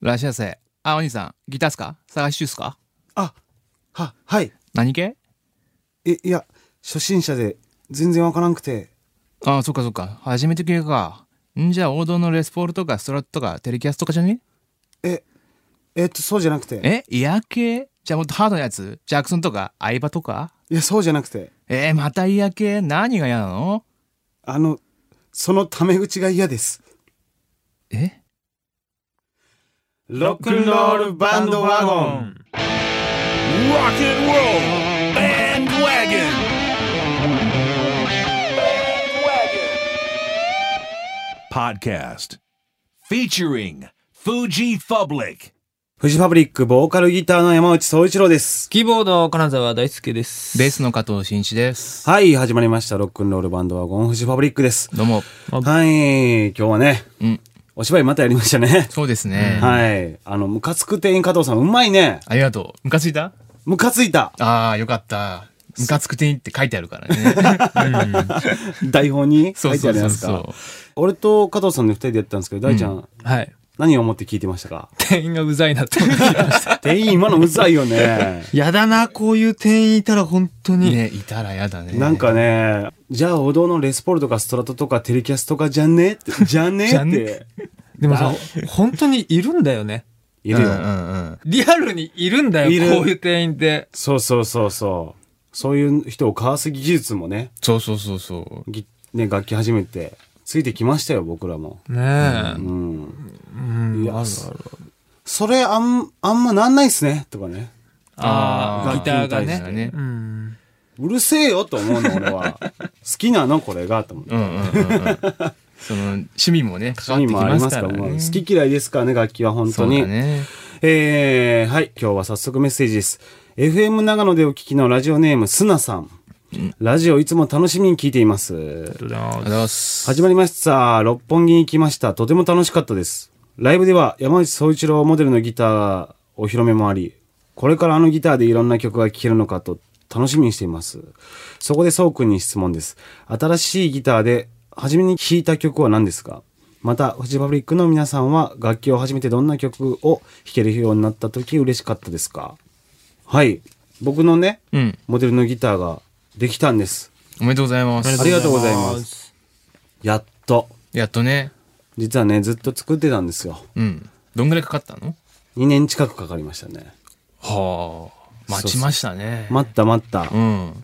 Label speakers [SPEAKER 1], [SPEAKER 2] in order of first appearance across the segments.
[SPEAKER 1] らっしゃいませ。あ、お兄さん、ギターっすか探し中っすか
[SPEAKER 2] あ、は、はい。
[SPEAKER 1] 何系
[SPEAKER 2] え、いや、初心者で全然わからんくて。
[SPEAKER 1] あそっかそっか。初めて系か。んじゃあ、王道のレスポールとかストラットとかテレキャスとかじゃね
[SPEAKER 2] え、えっと、そうじゃなくて。
[SPEAKER 1] えイヤー系じゃあもっとハードなやつジャクソンとか相葉とか
[SPEAKER 2] いや、そうじゃなくて。
[SPEAKER 1] えー、またイヤー系何が嫌なの
[SPEAKER 2] あの、そのタメ口が嫌です。
[SPEAKER 1] え
[SPEAKER 2] ロ
[SPEAKER 3] ックンロールバンドワゴン
[SPEAKER 4] Rock and roll bandwagon. Podcast featuring Fuji Public.
[SPEAKER 2] フジファブリックボーカルギターの山内総一郎です。
[SPEAKER 3] キーボード金沢大輔です。
[SPEAKER 1] ベースの加藤真一です。
[SPEAKER 2] はい、始まりました。ロックンロールバンドワゴンフジファブリックです。
[SPEAKER 1] どうも。
[SPEAKER 2] はい、今日はね、
[SPEAKER 1] うん。
[SPEAKER 2] お芝居またやりましたね。
[SPEAKER 1] そうですね。
[SPEAKER 2] はい。あの、ムカつく店員加藤さん、うまいね。
[SPEAKER 1] ありがとう。ムカついた
[SPEAKER 2] ムカついた。
[SPEAKER 1] ああ、よかった。ムカつく店員って書いてあるからね。
[SPEAKER 2] 台本に
[SPEAKER 1] そ
[SPEAKER 2] 書
[SPEAKER 1] う
[SPEAKER 2] いて
[SPEAKER 1] そ
[SPEAKER 2] あ
[SPEAKER 1] う
[SPEAKER 2] る
[SPEAKER 1] そ
[SPEAKER 2] や
[SPEAKER 1] う
[SPEAKER 2] つ
[SPEAKER 1] そ
[SPEAKER 2] か
[SPEAKER 1] う。。
[SPEAKER 2] 俺と加藤さんの二人でやったんですけど、大ちゃん、
[SPEAKER 3] はい。
[SPEAKER 2] 何を思って聞いてましたか
[SPEAKER 3] 店員がうざいなって思いました。
[SPEAKER 2] 店員、今のうざい よね。
[SPEAKER 3] やだな、こういう店員いたら本当に。
[SPEAKER 1] ね、いたらやだね。
[SPEAKER 2] なんかね、じゃあ王道のレスポールとかストラトとかテレキャスとかじゃねって、じゃ ね
[SPEAKER 1] じゃ
[SPEAKER 2] っ
[SPEAKER 1] ね
[SPEAKER 2] て。
[SPEAKER 3] でもさ、本当にいるんだよね。
[SPEAKER 2] いるよ。
[SPEAKER 1] うんうんうん。
[SPEAKER 3] リアルにいるんだ
[SPEAKER 2] いる
[SPEAKER 3] よ、こういう店員って。
[SPEAKER 2] そうそうそうそう。そういう人をかわす技術もね、
[SPEAKER 1] そうそうそうそう。
[SPEAKER 2] ぎね楽器始めて、ついてきましたよ、僕らも。
[SPEAKER 3] ねえ。
[SPEAKER 2] うん。
[SPEAKER 3] うん。
[SPEAKER 2] いやそれあん、あんまなんないっすね、とかね。
[SPEAKER 3] ああ、ギターが
[SPEAKER 1] 楽器に対して
[SPEAKER 3] ね。
[SPEAKER 1] ね
[SPEAKER 3] うん。
[SPEAKER 2] うるせえよと思うの、俺は。好きなの、これが、と思う。
[SPEAKER 1] うんうんうんうん。その、趣味もね、かかってき
[SPEAKER 2] もあり
[SPEAKER 1] ま
[SPEAKER 2] ますすか
[SPEAKER 1] からら
[SPEAKER 2] もう
[SPEAKER 1] ね。
[SPEAKER 2] 好き嫌いですからね、楽器は本
[SPEAKER 1] そ
[SPEAKER 2] 当
[SPEAKER 1] う
[SPEAKER 2] に。
[SPEAKER 1] だね。
[SPEAKER 2] えー、はい、今日は早速メッセージです。FM 長野でお聞きのラジオネーム、すなさん。ラジオいつも楽しみに聞いています。
[SPEAKER 3] ありがとう
[SPEAKER 1] ありがとう
[SPEAKER 3] ご
[SPEAKER 1] ござ
[SPEAKER 3] ざい
[SPEAKER 1] い
[SPEAKER 3] ま
[SPEAKER 1] ます。
[SPEAKER 2] 始まりました。六本木に行きました。とても楽しかったです。ライブでは山内総一郎モデルのギターお披露目もあり、これからあのギターでいろんな曲が聴けるのかと楽しみにしています。そこでそうくんに質問です。新しいギターで初めに弾いた曲は何ですかまた、フジファブリックの皆さんは楽器を始めてどんな曲を弾けるようになった時嬉しかったですかはい。僕のね、
[SPEAKER 1] うん。
[SPEAKER 2] モデルのギターができたんです。
[SPEAKER 1] おめでとうございます。
[SPEAKER 2] ありがとうございます。
[SPEAKER 3] す。
[SPEAKER 2] やっと。
[SPEAKER 1] やっとね。
[SPEAKER 2] 実はね、ずっと作ってたんですよ。
[SPEAKER 1] うん。どんぐらいかかったの
[SPEAKER 2] 2年近くかかりましたね。
[SPEAKER 1] はあ。待ちましたね。
[SPEAKER 2] 待った待った
[SPEAKER 1] う。ん。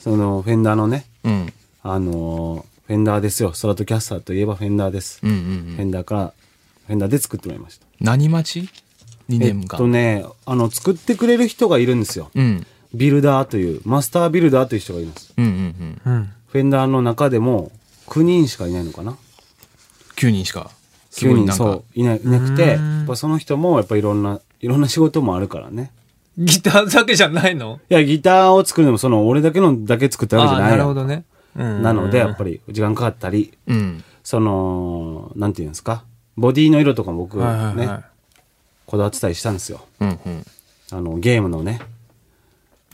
[SPEAKER 2] その、フェンダーのね、
[SPEAKER 1] うん。
[SPEAKER 2] あのーフェンダーですよ。ストラトキャスターといえばフェンダーです。
[SPEAKER 1] うんうんう
[SPEAKER 2] フ
[SPEAKER 1] ん。
[SPEAKER 2] ェンダーから、フェンダーで作ってもらいました。
[SPEAKER 1] 何待ち ?2
[SPEAKER 2] え
[SPEAKER 1] 年
[SPEAKER 2] っ
[SPEAKER 1] 間。
[SPEAKER 2] とね、あの、作ってくれる人がいるんですよ。
[SPEAKER 1] うん。
[SPEAKER 2] ビルダーという、マスタービルダーという人がいます。
[SPEAKER 1] うんうんうん。
[SPEAKER 3] うん。
[SPEAKER 2] フェンダーの中でも、9人しかいないのかな
[SPEAKER 1] 9人しか。すご
[SPEAKER 2] 9
[SPEAKER 1] い
[SPEAKER 2] 人
[SPEAKER 1] なん
[SPEAKER 2] そう
[SPEAKER 1] か。
[SPEAKER 2] いないいなくて、
[SPEAKER 3] うーん
[SPEAKER 2] やっぱその人もやっぱいろんな、いろんな仕事もあるからね。
[SPEAKER 3] ギターだけじゃないの
[SPEAKER 2] いや、ギターを作るのもその俺だけのだけ作ったわけじゃ
[SPEAKER 3] あ
[SPEAKER 2] な
[SPEAKER 3] あ、
[SPEAKER 2] い
[SPEAKER 3] な
[SPEAKER 2] よ
[SPEAKER 3] るほどね。うん
[SPEAKER 2] なので、やっぱり時間かかったり、
[SPEAKER 1] うん。
[SPEAKER 2] その、なんていうんですか、ボディの色とかも僕ね、
[SPEAKER 3] はいはいはい
[SPEAKER 2] こだわってたりしたんですよ。
[SPEAKER 1] うんうん。
[SPEAKER 2] あの、ゲームのね、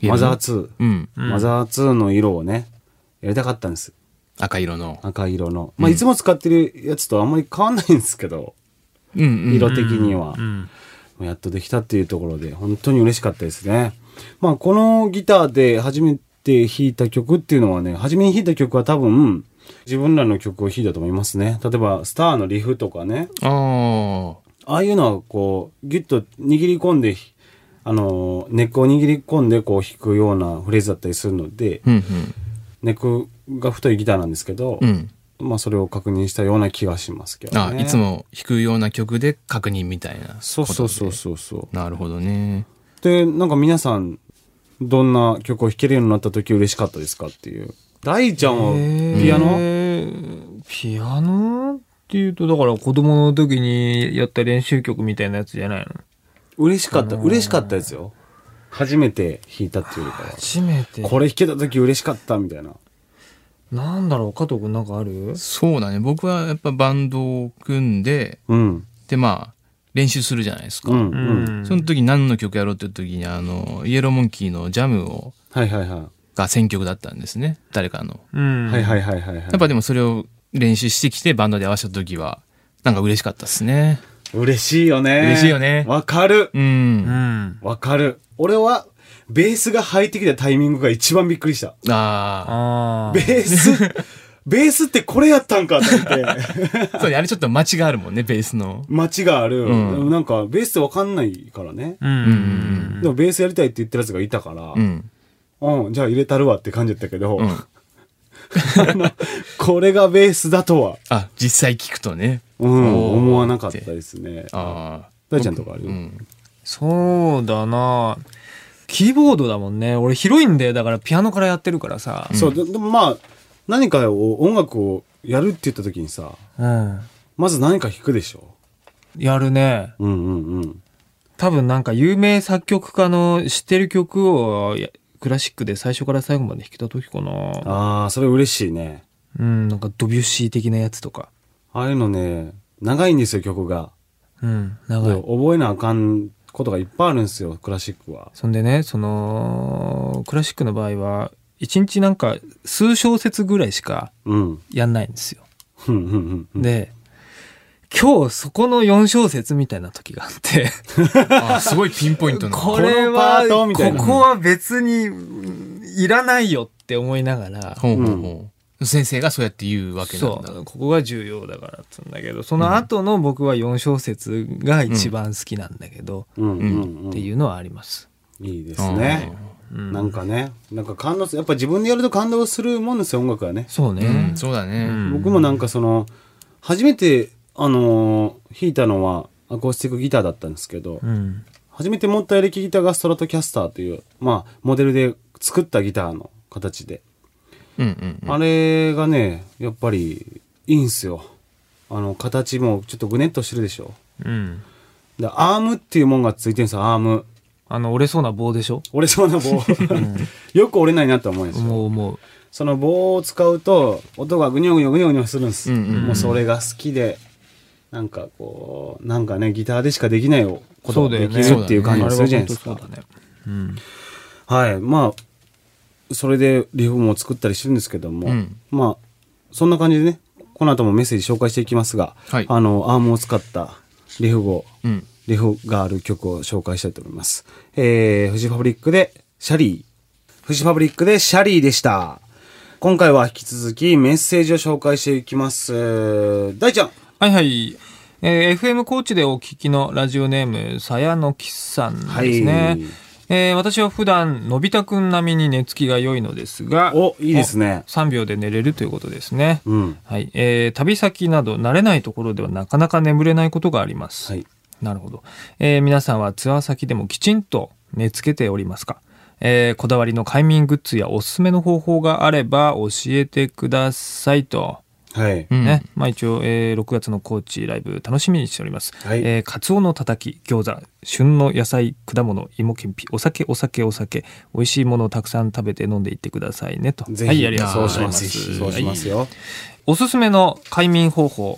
[SPEAKER 1] ゲーム
[SPEAKER 2] マザー2、
[SPEAKER 1] うん。
[SPEAKER 2] マザー2の色をね、やりたかったんです。
[SPEAKER 1] 赤色の。
[SPEAKER 2] 赤色の。まあ、いつも使ってるやつとあんまり変わんないんですけど、
[SPEAKER 1] うんうん。
[SPEAKER 2] 色的には。
[SPEAKER 3] うん。
[SPEAKER 2] もうやっとできたっていうところで、本当に嬉しかったですね。まあ、このギターで初めて弾いた曲っていうのはね、初めに弾いた曲は多分、自分らの曲を弾いたと思いますね。例えば、スターのリフとかね、
[SPEAKER 1] ああ。
[SPEAKER 2] ああいうのはこう、ギュッと握り込んで、あの、ネックを握り込んでこう弾くようなフレーズだったりするので、
[SPEAKER 1] うん
[SPEAKER 2] ネックが太いギターなんですけど、
[SPEAKER 1] うん。うん。
[SPEAKER 2] まあ、それを確認したような気がしますけど
[SPEAKER 1] あ、
[SPEAKER 2] ね。
[SPEAKER 1] いつ。も弾くような曲で確認みたいなことで。
[SPEAKER 2] そうそうそうそうそう。
[SPEAKER 1] なるほどね。
[SPEAKER 2] でなんか皆さんどんな曲を弾けるようになった時嬉しかったですかっていう大ちゃんはピアノ
[SPEAKER 3] えーピアノっていうと、だから子供の時にやった練習曲みたいなやつじゃないの
[SPEAKER 2] 嬉しかった嬉しかったですよ初めて弾いたっていうよりかは
[SPEAKER 3] 初めて。
[SPEAKER 2] これ弾けた時嬉しかったみたいな
[SPEAKER 3] なんだろう加藤くんなんかある
[SPEAKER 1] そうだね。僕はやっぱバンドを組んで、
[SPEAKER 2] うん
[SPEAKER 1] でまあ、練習するじゃないですか。
[SPEAKER 2] うんうん
[SPEAKER 1] その時何の曲やろうっていう時に、あの、イエローモンキーのジャムを、
[SPEAKER 2] はいはいは
[SPEAKER 1] が選曲だったんですね。誰かの。
[SPEAKER 3] うん。
[SPEAKER 2] いはいはいはいはいはい
[SPEAKER 1] やっぱでもそれを練習してきてバンドで合わせた時は、なんか嬉しかったですね。
[SPEAKER 2] 嬉しいよね。
[SPEAKER 1] 嬉しいよね
[SPEAKER 2] わかる。
[SPEAKER 1] うん。
[SPEAKER 3] ん。
[SPEAKER 2] わかる。俺は、ベースが入ってきたタイミングが一番びっくりした。
[SPEAKER 1] あ
[SPEAKER 3] あ
[SPEAKER 2] ベ ース、ベースってこれやったんかと思って。
[SPEAKER 1] あ。そうね、あれちょっと待ちがあるもんね、ベースの。
[SPEAKER 2] 街があ
[SPEAKER 1] う
[SPEAKER 2] る。
[SPEAKER 1] ん
[SPEAKER 2] でもなんか、ベースってわかんないからね。
[SPEAKER 3] あ。うん。
[SPEAKER 2] でも、ベースやりたいって言ってるやつがいたから、
[SPEAKER 1] う。
[SPEAKER 2] うんん、じゃあ入れたるわって感じだったけど、
[SPEAKER 1] うん
[SPEAKER 2] あ。のこれがベースだとは、
[SPEAKER 1] あ、実際聞くとね。
[SPEAKER 2] うん、
[SPEAKER 1] おー
[SPEAKER 2] 思わなかったですね。
[SPEAKER 1] ああ。
[SPEAKER 2] 大ちゃんとかあるよ。
[SPEAKER 1] うん。
[SPEAKER 3] そうだなキーボードだもんね。俺広いんだよ。だからピアノからやってるからさ。
[SPEAKER 2] そう、ででもまあ、何かを、音楽をやるって言った時にさ、
[SPEAKER 3] うん。
[SPEAKER 2] まず何か弾くでしょ
[SPEAKER 3] やるね。
[SPEAKER 2] うんうんうん。
[SPEAKER 3] 多分なんか有名作曲家の知ってる曲をやクラシックで最初から最後まで弾けた時かな。
[SPEAKER 2] ああ、それ嬉しいね。
[SPEAKER 3] うん。なんかドビュッシー的なやつとか。
[SPEAKER 2] ああいうのね、長いんですよ、曲が。
[SPEAKER 3] うん。長
[SPEAKER 2] で
[SPEAKER 3] い。
[SPEAKER 2] 覚えなあかんことがいっぱいあるんですよ、クラシックは。
[SPEAKER 3] そんでね、その、クラシックの場合は、一日なんか数小節ぐらいしか
[SPEAKER 2] うん。
[SPEAKER 3] やんないんですよ。
[SPEAKER 2] うんうんうん。
[SPEAKER 3] で、今日そこの4小節みたいな時があって、
[SPEAKER 1] あすごいピンポイントな。
[SPEAKER 3] こ
[SPEAKER 2] こ
[SPEAKER 3] れは
[SPEAKER 2] のパートみたい
[SPEAKER 3] こ
[SPEAKER 2] な
[SPEAKER 3] こは別にうんいらないよって思いながら、
[SPEAKER 1] ほうほうほう。先生がそうやって言うわけな
[SPEAKER 3] そ
[SPEAKER 1] んだ。
[SPEAKER 3] う、ここが重要だからっつうんだけど、その後の僕は4小節が一番好きなんだけど、
[SPEAKER 2] うんうんうん。
[SPEAKER 3] っていうのはあります。
[SPEAKER 2] いいですね。
[SPEAKER 3] うん
[SPEAKER 2] なんかね、なんか感動すやっぱ自分でやると感動するもんですよ、音楽はね。
[SPEAKER 3] そうね。
[SPEAKER 1] うん、そうだね。
[SPEAKER 3] うん
[SPEAKER 2] 僕もなんかその、初めて、あのー弾いたのはアコースティックギターだったんですけど
[SPEAKER 3] う、ん。
[SPEAKER 2] 初めて持ったエレキギターがストラトキャスターという、まあ、モデルで作ったギターの形で。
[SPEAKER 1] うんうんうん。
[SPEAKER 2] あれがね、やっぱり、いいんすよ。あの、形もちょっとぐねっとしてるでしょ。
[SPEAKER 3] うん。
[SPEAKER 2] で、アームっていうもんがついてるんですよ、アーム。
[SPEAKER 3] あの、折れそうな棒でしょ
[SPEAKER 2] 折れそう な棒。よく折れないなと思うんですよ。
[SPEAKER 3] もう思う。
[SPEAKER 2] その棒を使うと、音がぐにょぐにょぐにょぐにょするんです。
[SPEAKER 1] うんうんうん
[SPEAKER 2] もうそれが好きで、なんかこう、なんかね、ギターでしかできないことがで
[SPEAKER 1] そう
[SPEAKER 2] き
[SPEAKER 1] だよ
[SPEAKER 2] る
[SPEAKER 1] ね
[SPEAKER 2] っていう感じがするじゃないです
[SPEAKER 3] あ
[SPEAKER 2] か
[SPEAKER 3] れは。本当そうだね。うん。
[SPEAKER 2] はい。まあ、それでリフも作ったりしてるんですけども、
[SPEAKER 1] うん
[SPEAKER 2] まあ、そんな感じでね、この後もメッセージ紹介していきますが、
[SPEAKER 1] はい
[SPEAKER 2] あの、アームを使ったリフを、
[SPEAKER 1] うん。
[SPEAKER 2] リフがある曲を紹介したいと思います。えー、フジファブリックでシャリー。フジファブリックでシャリーでした。今回は引き続きメッセージを紹介していきます。大ちゃん
[SPEAKER 3] はいはい。えー FM 高知でお聞きのラジオネーム、さやのきさんですね。
[SPEAKER 2] はい
[SPEAKER 3] えー私は普段、のび太くん並みに寝つきが良いのですが、
[SPEAKER 2] お、いいですね。
[SPEAKER 3] 3秒で寝れるということですね。
[SPEAKER 2] うん。
[SPEAKER 3] はい。えー旅先など慣れないところではなかなか眠れないことがあります。
[SPEAKER 2] はい。
[SPEAKER 3] なるほど。えー皆さんはツアー先でもきちんと寝つけておりますかえーこだわりの快眠グッズやおすすめの方法があれば教えてくださいと。
[SPEAKER 2] はい。
[SPEAKER 1] うん
[SPEAKER 3] ね。まあ一応、えー6月の高知ライブ楽しみにしております。
[SPEAKER 2] はい
[SPEAKER 3] えーカツオのたたき、餃子、旬の野菜、果物、芋けんぴ、お酒、お酒、お酒、美味しいものをたくさん食べて飲んでいってくださいねと。
[SPEAKER 2] ぜ
[SPEAKER 3] は
[SPEAKER 2] ひ、
[SPEAKER 3] い、ありがと
[SPEAKER 2] そう
[SPEAKER 3] ご
[SPEAKER 2] うしま
[SPEAKER 3] ざいます。
[SPEAKER 2] す。そうします
[SPEAKER 3] はい
[SPEAKER 2] よ。
[SPEAKER 3] おすすめの快眠方法。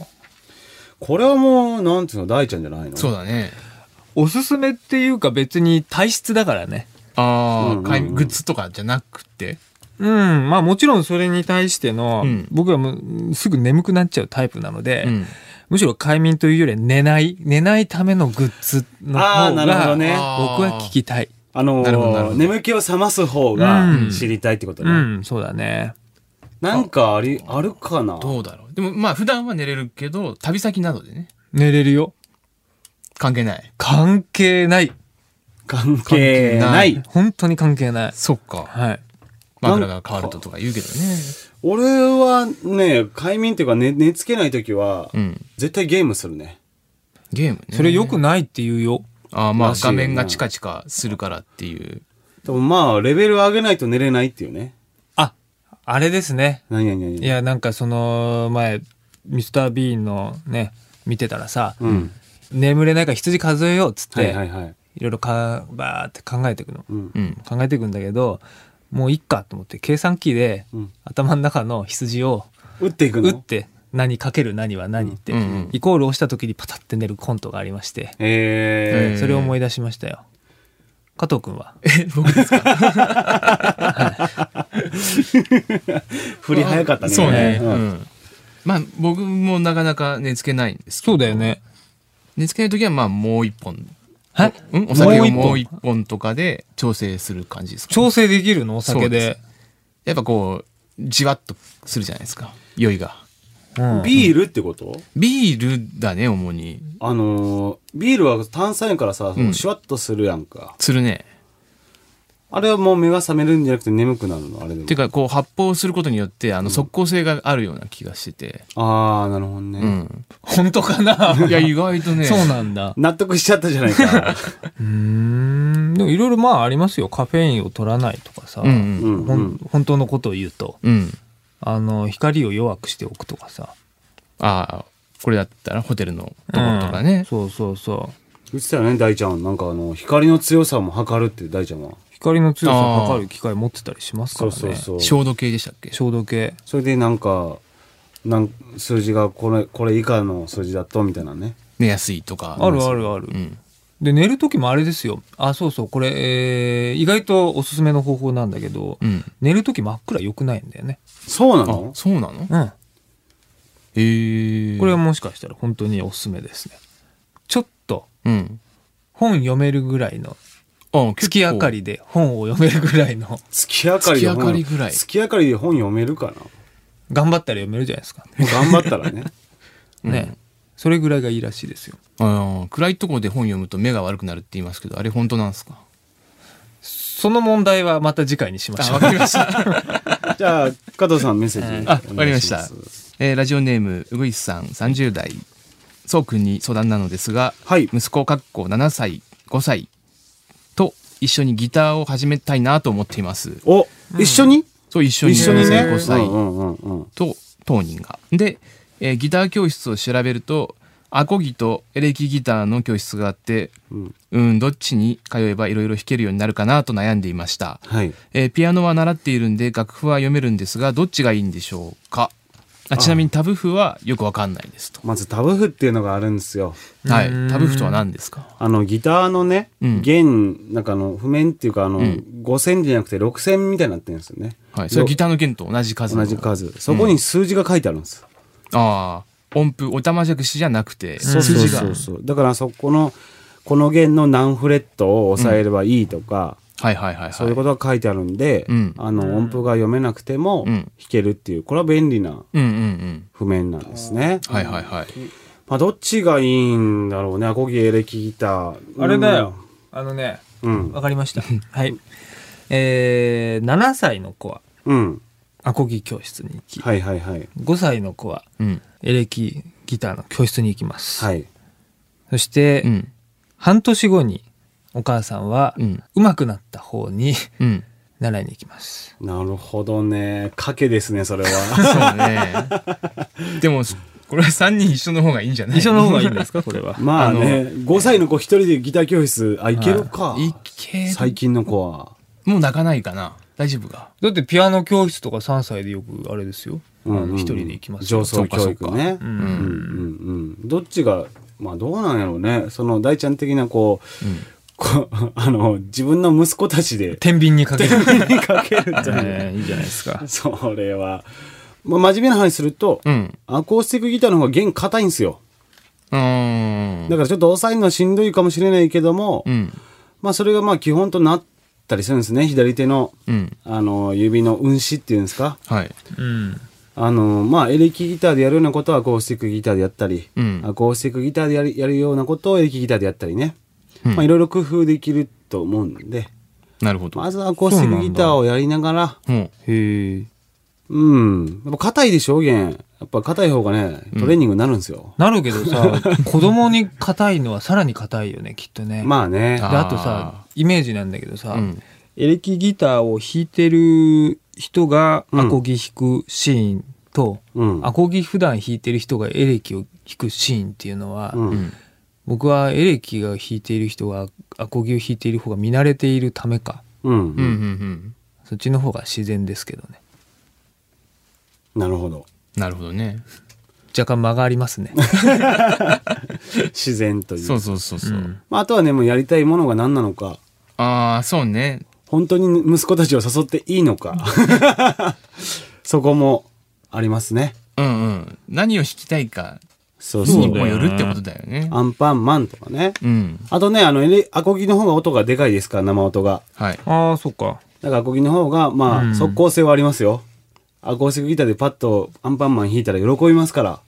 [SPEAKER 2] これはもう、なんていうの、大ちゃんじゃないの
[SPEAKER 1] そうだね。
[SPEAKER 3] おすすめっていうか別に体質だからね。
[SPEAKER 1] あ
[SPEAKER 2] うんうんうん
[SPEAKER 1] あ、買いグッズとかじゃなくて。
[SPEAKER 3] うん、まあもちろんそれに対しての、
[SPEAKER 1] うん
[SPEAKER 3] 僕はもうすぐ眠くなっちゃうタイプなので、
[SPEAKER 1] うん。
[SPEAKER 3] むしろ快眠というよりは寝ない、寝ないためのグッズの
[SPEAKER 2] あー
[SPEAKER 3] 方
[SPEAKER 2] なるほど
[SPEAKER 3] が、
[SPEAKER 2] ね
[SPEAKER 3] 僕は聞きたい。
[SPEAKER 2] あのー
[SPEAKER 1] なるほどなるほど
[SPEAKER 2] 眠気を覚ます方が
[SPEAKER 3] うん
[SPEAKER 2] 知りたいってことね。
[SPEAKER 3] うん、そうだね。
[SPEAKER 2] なんかあり、あるかな
[SPEAKER 1] どうだろう。でもまあ普段は寝れるけど、旅先などでね、
[SPEAKER 3] 寝れるよ。
[SPEAKER 1] 関係ない。
[SPEAKER 3] 関係ない。
[SPEAKER 2] 関係ない。
[SPEAKER 3] 本当に関係ない。
[SPEAKER 1] そっか。
[SPEAKER 3] はい。
[SPEAKER 1] 枕が変わるととか言うけどね。
[SPEAKER 2] 俺はね、快眠っていうか寝、寝つけない時は、
[SPEAKER 1] うん。
[SPEAKER 2] 絶対ゲームするね。
[SPEAKER 1] ゲームね。
[SPEAKER 3] それ良くないって言うよ。
[SPEAKER 1] ああまあ
[SPEAKER 2] らしいよ
[SPEAKER 1] 画
[SPEAKER 2] ね
[SPEAKER 1] 面がチカチカするからっていう。
[SPEAKER 2] でもまあ、レベル上げないと寝れないっていうね。
[SPEAKER 3] あ、あれですね。
[SPEAKER 2] 何々何々
[SPEAKER 3] いや、なんかその前、ミスター・ビーンのね、見てたらさ、
[SPEAKER 2] うん。
[SPEAKER 3] 眠れないから羊数えようっつって、
[SPEAKER 2] はい
[SPEAKER 3] い
[SPEAKER 2] はいはい。
[SPEAKER 3] ろいろか、ばーって考えていくの。
[SPEAKER 2] うん。
[SPEAKER 1] うん。
[SPEAKER 3] 考えていくんだけど、もういっかと思って、計算機で、
[SPEAKER 2] うん
[SPEAKER 3] 頭の中の羊を
[SPEAKER 2] 打っていくの
[SPEAKER 3] 打って、何かける何は何って、
[SPEAKER 1] うんうん
[SPEAKER 3] イコールを押した時にパタって寝るコントがありまして、
[SPEAKER 2] え
[SPEAKER 1] え
[SPEAKER 3] それを思い出しましたよ。加藤くんは。
[SPEAKER 1] え、僕ですか
[SPEAKER 2] ー、振り早かったね。
[SPEAKER 1] そうね。
[SPEAKER 2] う
[SPEAKER 1] うんん。まあ僕もなかなか寝つけないんですけど。
[SPEAKER 3] そうだよね。
[SPEAKER 1] 寝つけるときは、まあ、もう一本。
[SPEAKER 3] はい
[SPEAKER 1] うんお酒
[SPEAKER 3] もう
[SPEAKER 1] を
[SPEAKER 3] 一本
[SPEAKER 1] もう一本とかで調整する感じですか、
[SPEAKER 3] 調整できるのお酒
[SPEAKER 1] そう
[SPEAKER 3] で
[SPEAKER 1] で。やっぱこう、じわっとするじゃないですか。酔いが。
[SPEAKER 3] うん
[SPEAKER 2] ビールってこと
[SPEAKER 1] ビールだね、主に。
[SPEAKER 2] あのービールは炭酸やからさ、
[SPEAKER 1] うん
[SPEAKER 2] シュワッとするやんか。
[SPEAKER 1] するね。
[SPEAKER 2] あれはもう目が覚めるんじゃなくて眠くなるのあれでも
[SPEAKER 1] て。いうか、こう、発泡することによって、あの、即効性があるような気がしてて。
[SPEAKER 2] あー、なるほど
[SPEAKER 1] う
[SPEAKER 2] ね。
[SPEAKER 1] ん。
[SPEAKER 3] 本当かない
[SPEAKER 1] や、意外とね。
[SPEAKER 3] そうなんだ。
[SPEAKER 2] 納得しちゃったじゃない か。
[SPEAKER 3] うーん。でもいろいろまあありますよ。カフェインを取らないとかさ。
[SPEAKER 1] うんう。
[SPEAKER 2] うんん
[SPEAKER 3] ほ
[SPEAKER 2] うんん。
[SPEAKER 3] 本当のことを言うと。
[SPEAKER 1] うん。
[SPEAKER 3] あの、光を弱くしておくとかさ。
[SPEAKER 1] ああ、これだったらホテルのとことかね。
[SPEAKER 3] そうそうそう。
[SPEAKER 2] 言ってたよね、大ちゃん。なんかあの、光の強さも測るって、大ちゃんは。
[SPEAKER 3] 光の強さを測る機械持ってたりしますか
[SPEAKER 2] そ
[SPEAKER 3] ら
[SPEAKER 2] う
[SPEAKER 3] ね。
[SPEAKER 2] そうそう。
[SPEAKER 1] 消毒系でしたっけ
[SPEAKER 3] 消毒系。
[SPEAKER 2] それでなんか、なん数字がこれ、これ以下の数字だと、みたいなね。
[SPEAKER 1] 寝やすいとか。
[SPEAKER 3] あるあるある。
[SPEAKER 1] うん。
[SPEAKER 3] で、寝る時もあれですよ。あ、そうそう。これ、えー意外とおすすめの方法なんだけど、
[SPEAKER 1] うん。
[SPEAKER 3] 寝る時真っ暗良くないんだよね。
[SPEAKER 2] そうな
[SPEAKER 1] あ
[SPEAKER 2] の、
[SPEAKER 1] そうなの
[SPEAKER 3] うん。
[SPEAKER 1] ええ。
[SPEAKER 3] これはもしかしたら本当におすすめですね。ちょっと
[SPEAKER 1] うん。
[SPEAKER 3] 本読めるぐらいの、
[SPEAKER 1] あ
[SPEAKER 3] 月明か。りで本を読めるぐらいの、
[SPEAKER 2] 月明かりで本
[SPEAKER 1] 月明かりぐらい
[SPEAKER 2] 月明かりで本読めるかな
[SPEAKER 3] 頑張ったら読めるじゃないですか。
[SPEAKER 2] 頑張っ たらね。
[SPEAKER 3] ね。それぐらいがいいらしいですよ。
[SPEAKER 1] 結構ああ、暗いところで本読むと目が悪くなるって言いますけど、あれ本当なんですか
[SPEAKER 3] その問題はまた次回にし ましょう。
[SPEAKER 1] りました。
[SPEAKER 2] じゃあ、加藤さんメッセージ。
[SPEAKER 1] あ、わかりました
[SPEAKER 2] お願います。
[SPEAKER 1] えーラジオネーム、うぐいすさん、30代。そうくんに相談なのですが、
[SPEAKER 2] はい
[SPEAKER 1] 息子、かっこ7歳、5歳と一緒にギターを始めたいなと思っています。
[SPEAKER 2] お、一緒に
[SPEAKER 1] そう、一緒に
[SPEAKER 2] 一緒にね。
[SPEAKER 1] 5歳
[SPEAKER 2] うんうんうんうん。
[SPEAKER 1] と当人が。で、えーギター教室を調べると、アコギとエレキギターの教室があって、
[SPEAKER 2] うん
[SPEAKER 1] うん、どっちに通えばいろいろ弾けるようになるかなと悩んでいました。
[SPEAKER 2] はい。
[SPEAKER 1] えーピアノは習っているんで楽譜は読めるんですがどっちがいいんでしょうかあちなみにタブ譜はよくわかんないですと、
[SPEAKER 2] まずタブ譜っていうのがあるんですよ。
[SPEAKER 1] は
[SPEAKER 3] うーん
[SPEAKER 1] い、タブ譜とは何ですか
[SPEAKER 2] あの、ギターのね、
[SPEAKER 1] うん
[SPEAKER 2] 弦、なんかあの、譜面っていうか、あの、
[SPEAKER 1] ん
[SPEAKER 2] 五線じゃなくて六線みたいになってるんですよね。
[SPEAKER 1] はい、それはギターの弦と同じ数の
[SPEAKER 2] 同じ数。そこに数字が書いてあるんです。
[SPEAKER 1] ああ音符おたまじゃくしじゃなくて
[SPEAKER 2] そうそう
[SPEAKER 1] 数字が
[SPEAKER 2] そうそう。だからそこの、この弦の何フレットを押さえればいいとか、
[SPEAKER 1] はいはいはい
[SPEAKER 2] そういう
[SPEAKER 1] は
[SPEAKER 2] ことが書いてあるんで、
[SPEAKER 1] うん
[SPEAKER 2] あの音符が読めなくても
[SPEAKER 1] うん
[SPEAKER 2] 弾けるっていう、これは便利ない
[SPEAKER 1] うんうんうん
[SPEAKER 2] 譜面なんですね。
[SPEAKER 1] はいはいはい
[SPEAKER 2] まあ、どっちがいいんだろうね。アコギ、エレキギター。
[SPEAKER 3] あれだよ。あのね、
[SPEAKER 2] うん。
[SPEAKER 3] わかりま した。はい。えー、7歳の子は
[SPEAKER 2] うん。
[SPEAKER 3] アコギ教室に行き、
[SPEAKER 2] はいはいはい。
[SPEAKER 3] 5歳の子は
[SPEAKER 1] うん
[SPEAKER 3] エレキギターの教室に行きます。
[SPEAKER 2] はい。
[SPEAKER 3] そして、
[SPEAKER 1] うん
[SPEAKER 3] 半年後にお母さんは、
[SPEAKER 1] う
[SPEAKER 3] うんまくなった方に
[SPEAKER 1] うん
[SPEAKER 3] 習いに行きます。
[SPEAKER 2] なるほどね。賭けですね、それ は。
[SPEAKER 1] そうね でもこれは3人一緒の方がいいんじゃない
[SPEAKER 3] 一緒の方がいいんです かこれは。
[SPEAKER 2] まあ
[SPEAKER 1] あ
[SPEAKER 2] ね、5歳の子一人でギター教室、あ、いけるか。
[SPEAKER 1] いける
[SPEAKER 2] 最近の子は。
[SPEAKER 1] もう泣かないかな大丈夫か
[SPEAKER 3] だってピアノ教室とか3歳でよくあれですよ。あ
[SPEAKER 2] うんうん
[SPEAKER 3] の一人で行きます
[SPEAKER 2] 上
[SPEAKER 3] よ。
[SPEAKER 2] 層教育ね。
[SPEAKER 3] う。
[SPEAKER 2] うん
[SPEAKER 1] うん
[SPEAKER 2] うんうんん。どっちが、まあどうなんやろうね。その大ちゃん的なこう、
[SPEAKER 1] うん
[SPEAKER 2] こ うあの、自分の息子たち で
[SPEAKER 3] 天秤にかける。
[SPEAKER 2] にかけるという。
[SPEAKER 3] えーいいじゃないですか。
[SPEAKER 2] それは。まあ、真面目な話すると、
[SPEAKER 1] うん
[SPEAKER 2] アコースティックギターの方が弦硬いんですよ。
[SPEAKER 1] うーん
[SPEAKER 2] だからちょっと抑えるのしんどいかもしれないけども、
[SPEAKER 1] うん
[SPEAKER 2] まあそれがまあ基本となったりするんですね。左手の、
[SPEAKER 1] うん
[SPEAKER 2] あの、指の運指っていうんですか。
[SPEAKER 1] はい
[SPEAKER 3] うん。
[SPEAKER 2] あの、まあエレキギターでやるようなことはアコースティックギターでやったり、
[SPEAKER 1] うん
[SPEAKER 2] アコースティックギターでやるやるようなことをエレキギターでやったりね。
[SPEAKER 1] うん
[SPEAKER 2] まあいろいろ工夫できると思うんで、
[SPEAKER 1] なるほど
[SPEAKER 2] まずはアコースティックギターをやりながら、
[SPEAKER 1] うん
[SPEAKER 3] へえ。
[SPEAKER 2] うん。やっぱ硬いでしょ、弦。やっぱ硬い方がね、トレーニングになるんですよ。
[SPEAKER 3] なるけどさ、子供に硬いのはさらに硬いよね、きっとね。
[SPEAKER 2] まあね。
[SPEAKER 3] で、あとさ、イメージなんだけどさ、
[SPEAKER 1] うん
[SPEAKER 3] エレキギターを弾いてる人が
[SPEAKER 2] うん
[SPEAKER 3] アコギ弾くシーンと、
[SPEAKER 2] うん。
[SPEAKER 3] アコギ普段弾いてる人がエレキを弾くシーンっていうのは、
[SPEAKER 2] うん
[SPEAKER 1] うん
[SPEAKER 3] 僕はエレキが弾いている人がアコギを弾いている方が見慣れているためか
[SPEAKER 2] う
[SPEAKER 1] うんうん
[SPEAKER 2] ん。
[SPEAKER 1] うん
[SPEAKER 3] そっちの方が自然ですけどね
[SPEAKER 2] なる ほど。
[SPEAKER 1] なるほどね
[SPEAKER 3] 若干間がありますね
[SPEAKER 2] 自然とい
[SPEAKER 1] そう
[SPEAKER 2] う。
[SPEAKER 1] そうそうそう、
[SPEAKER 3] うん
[SPEAKER 2] まあ、あとはね、もうやりたいものが何なのか。
[SPEAKER 1] ああそうね
[SPEAKER 2] 本当に息子たちを誘っていい のか。そこもありますね。
[SPEAKER 1] うんうん何を弾きたいか
[SPEAKER 2] そう
[SPEAKER 1] 日
[SPEAKER 2] そ
[SPEAKER 1] に
[SPEAKER 2] う。
[SPEAKER 1] もよるってことだよね。
[SPEAKER 2] アンパンマンとかね。
[SPEAKER 1] うん。
[SPEAKER 2] あとね、あの、エレアコギの方が音がでかいですから、生音が。
[SPEAKER 1] はい。
[SPEAKER 3] ああ、そっか。
[SPEAKER 2] だからアコギの方が、まあ、即効性はありますよ。アコースティックギターでパッとアンパンマン弾いたら喜びますから。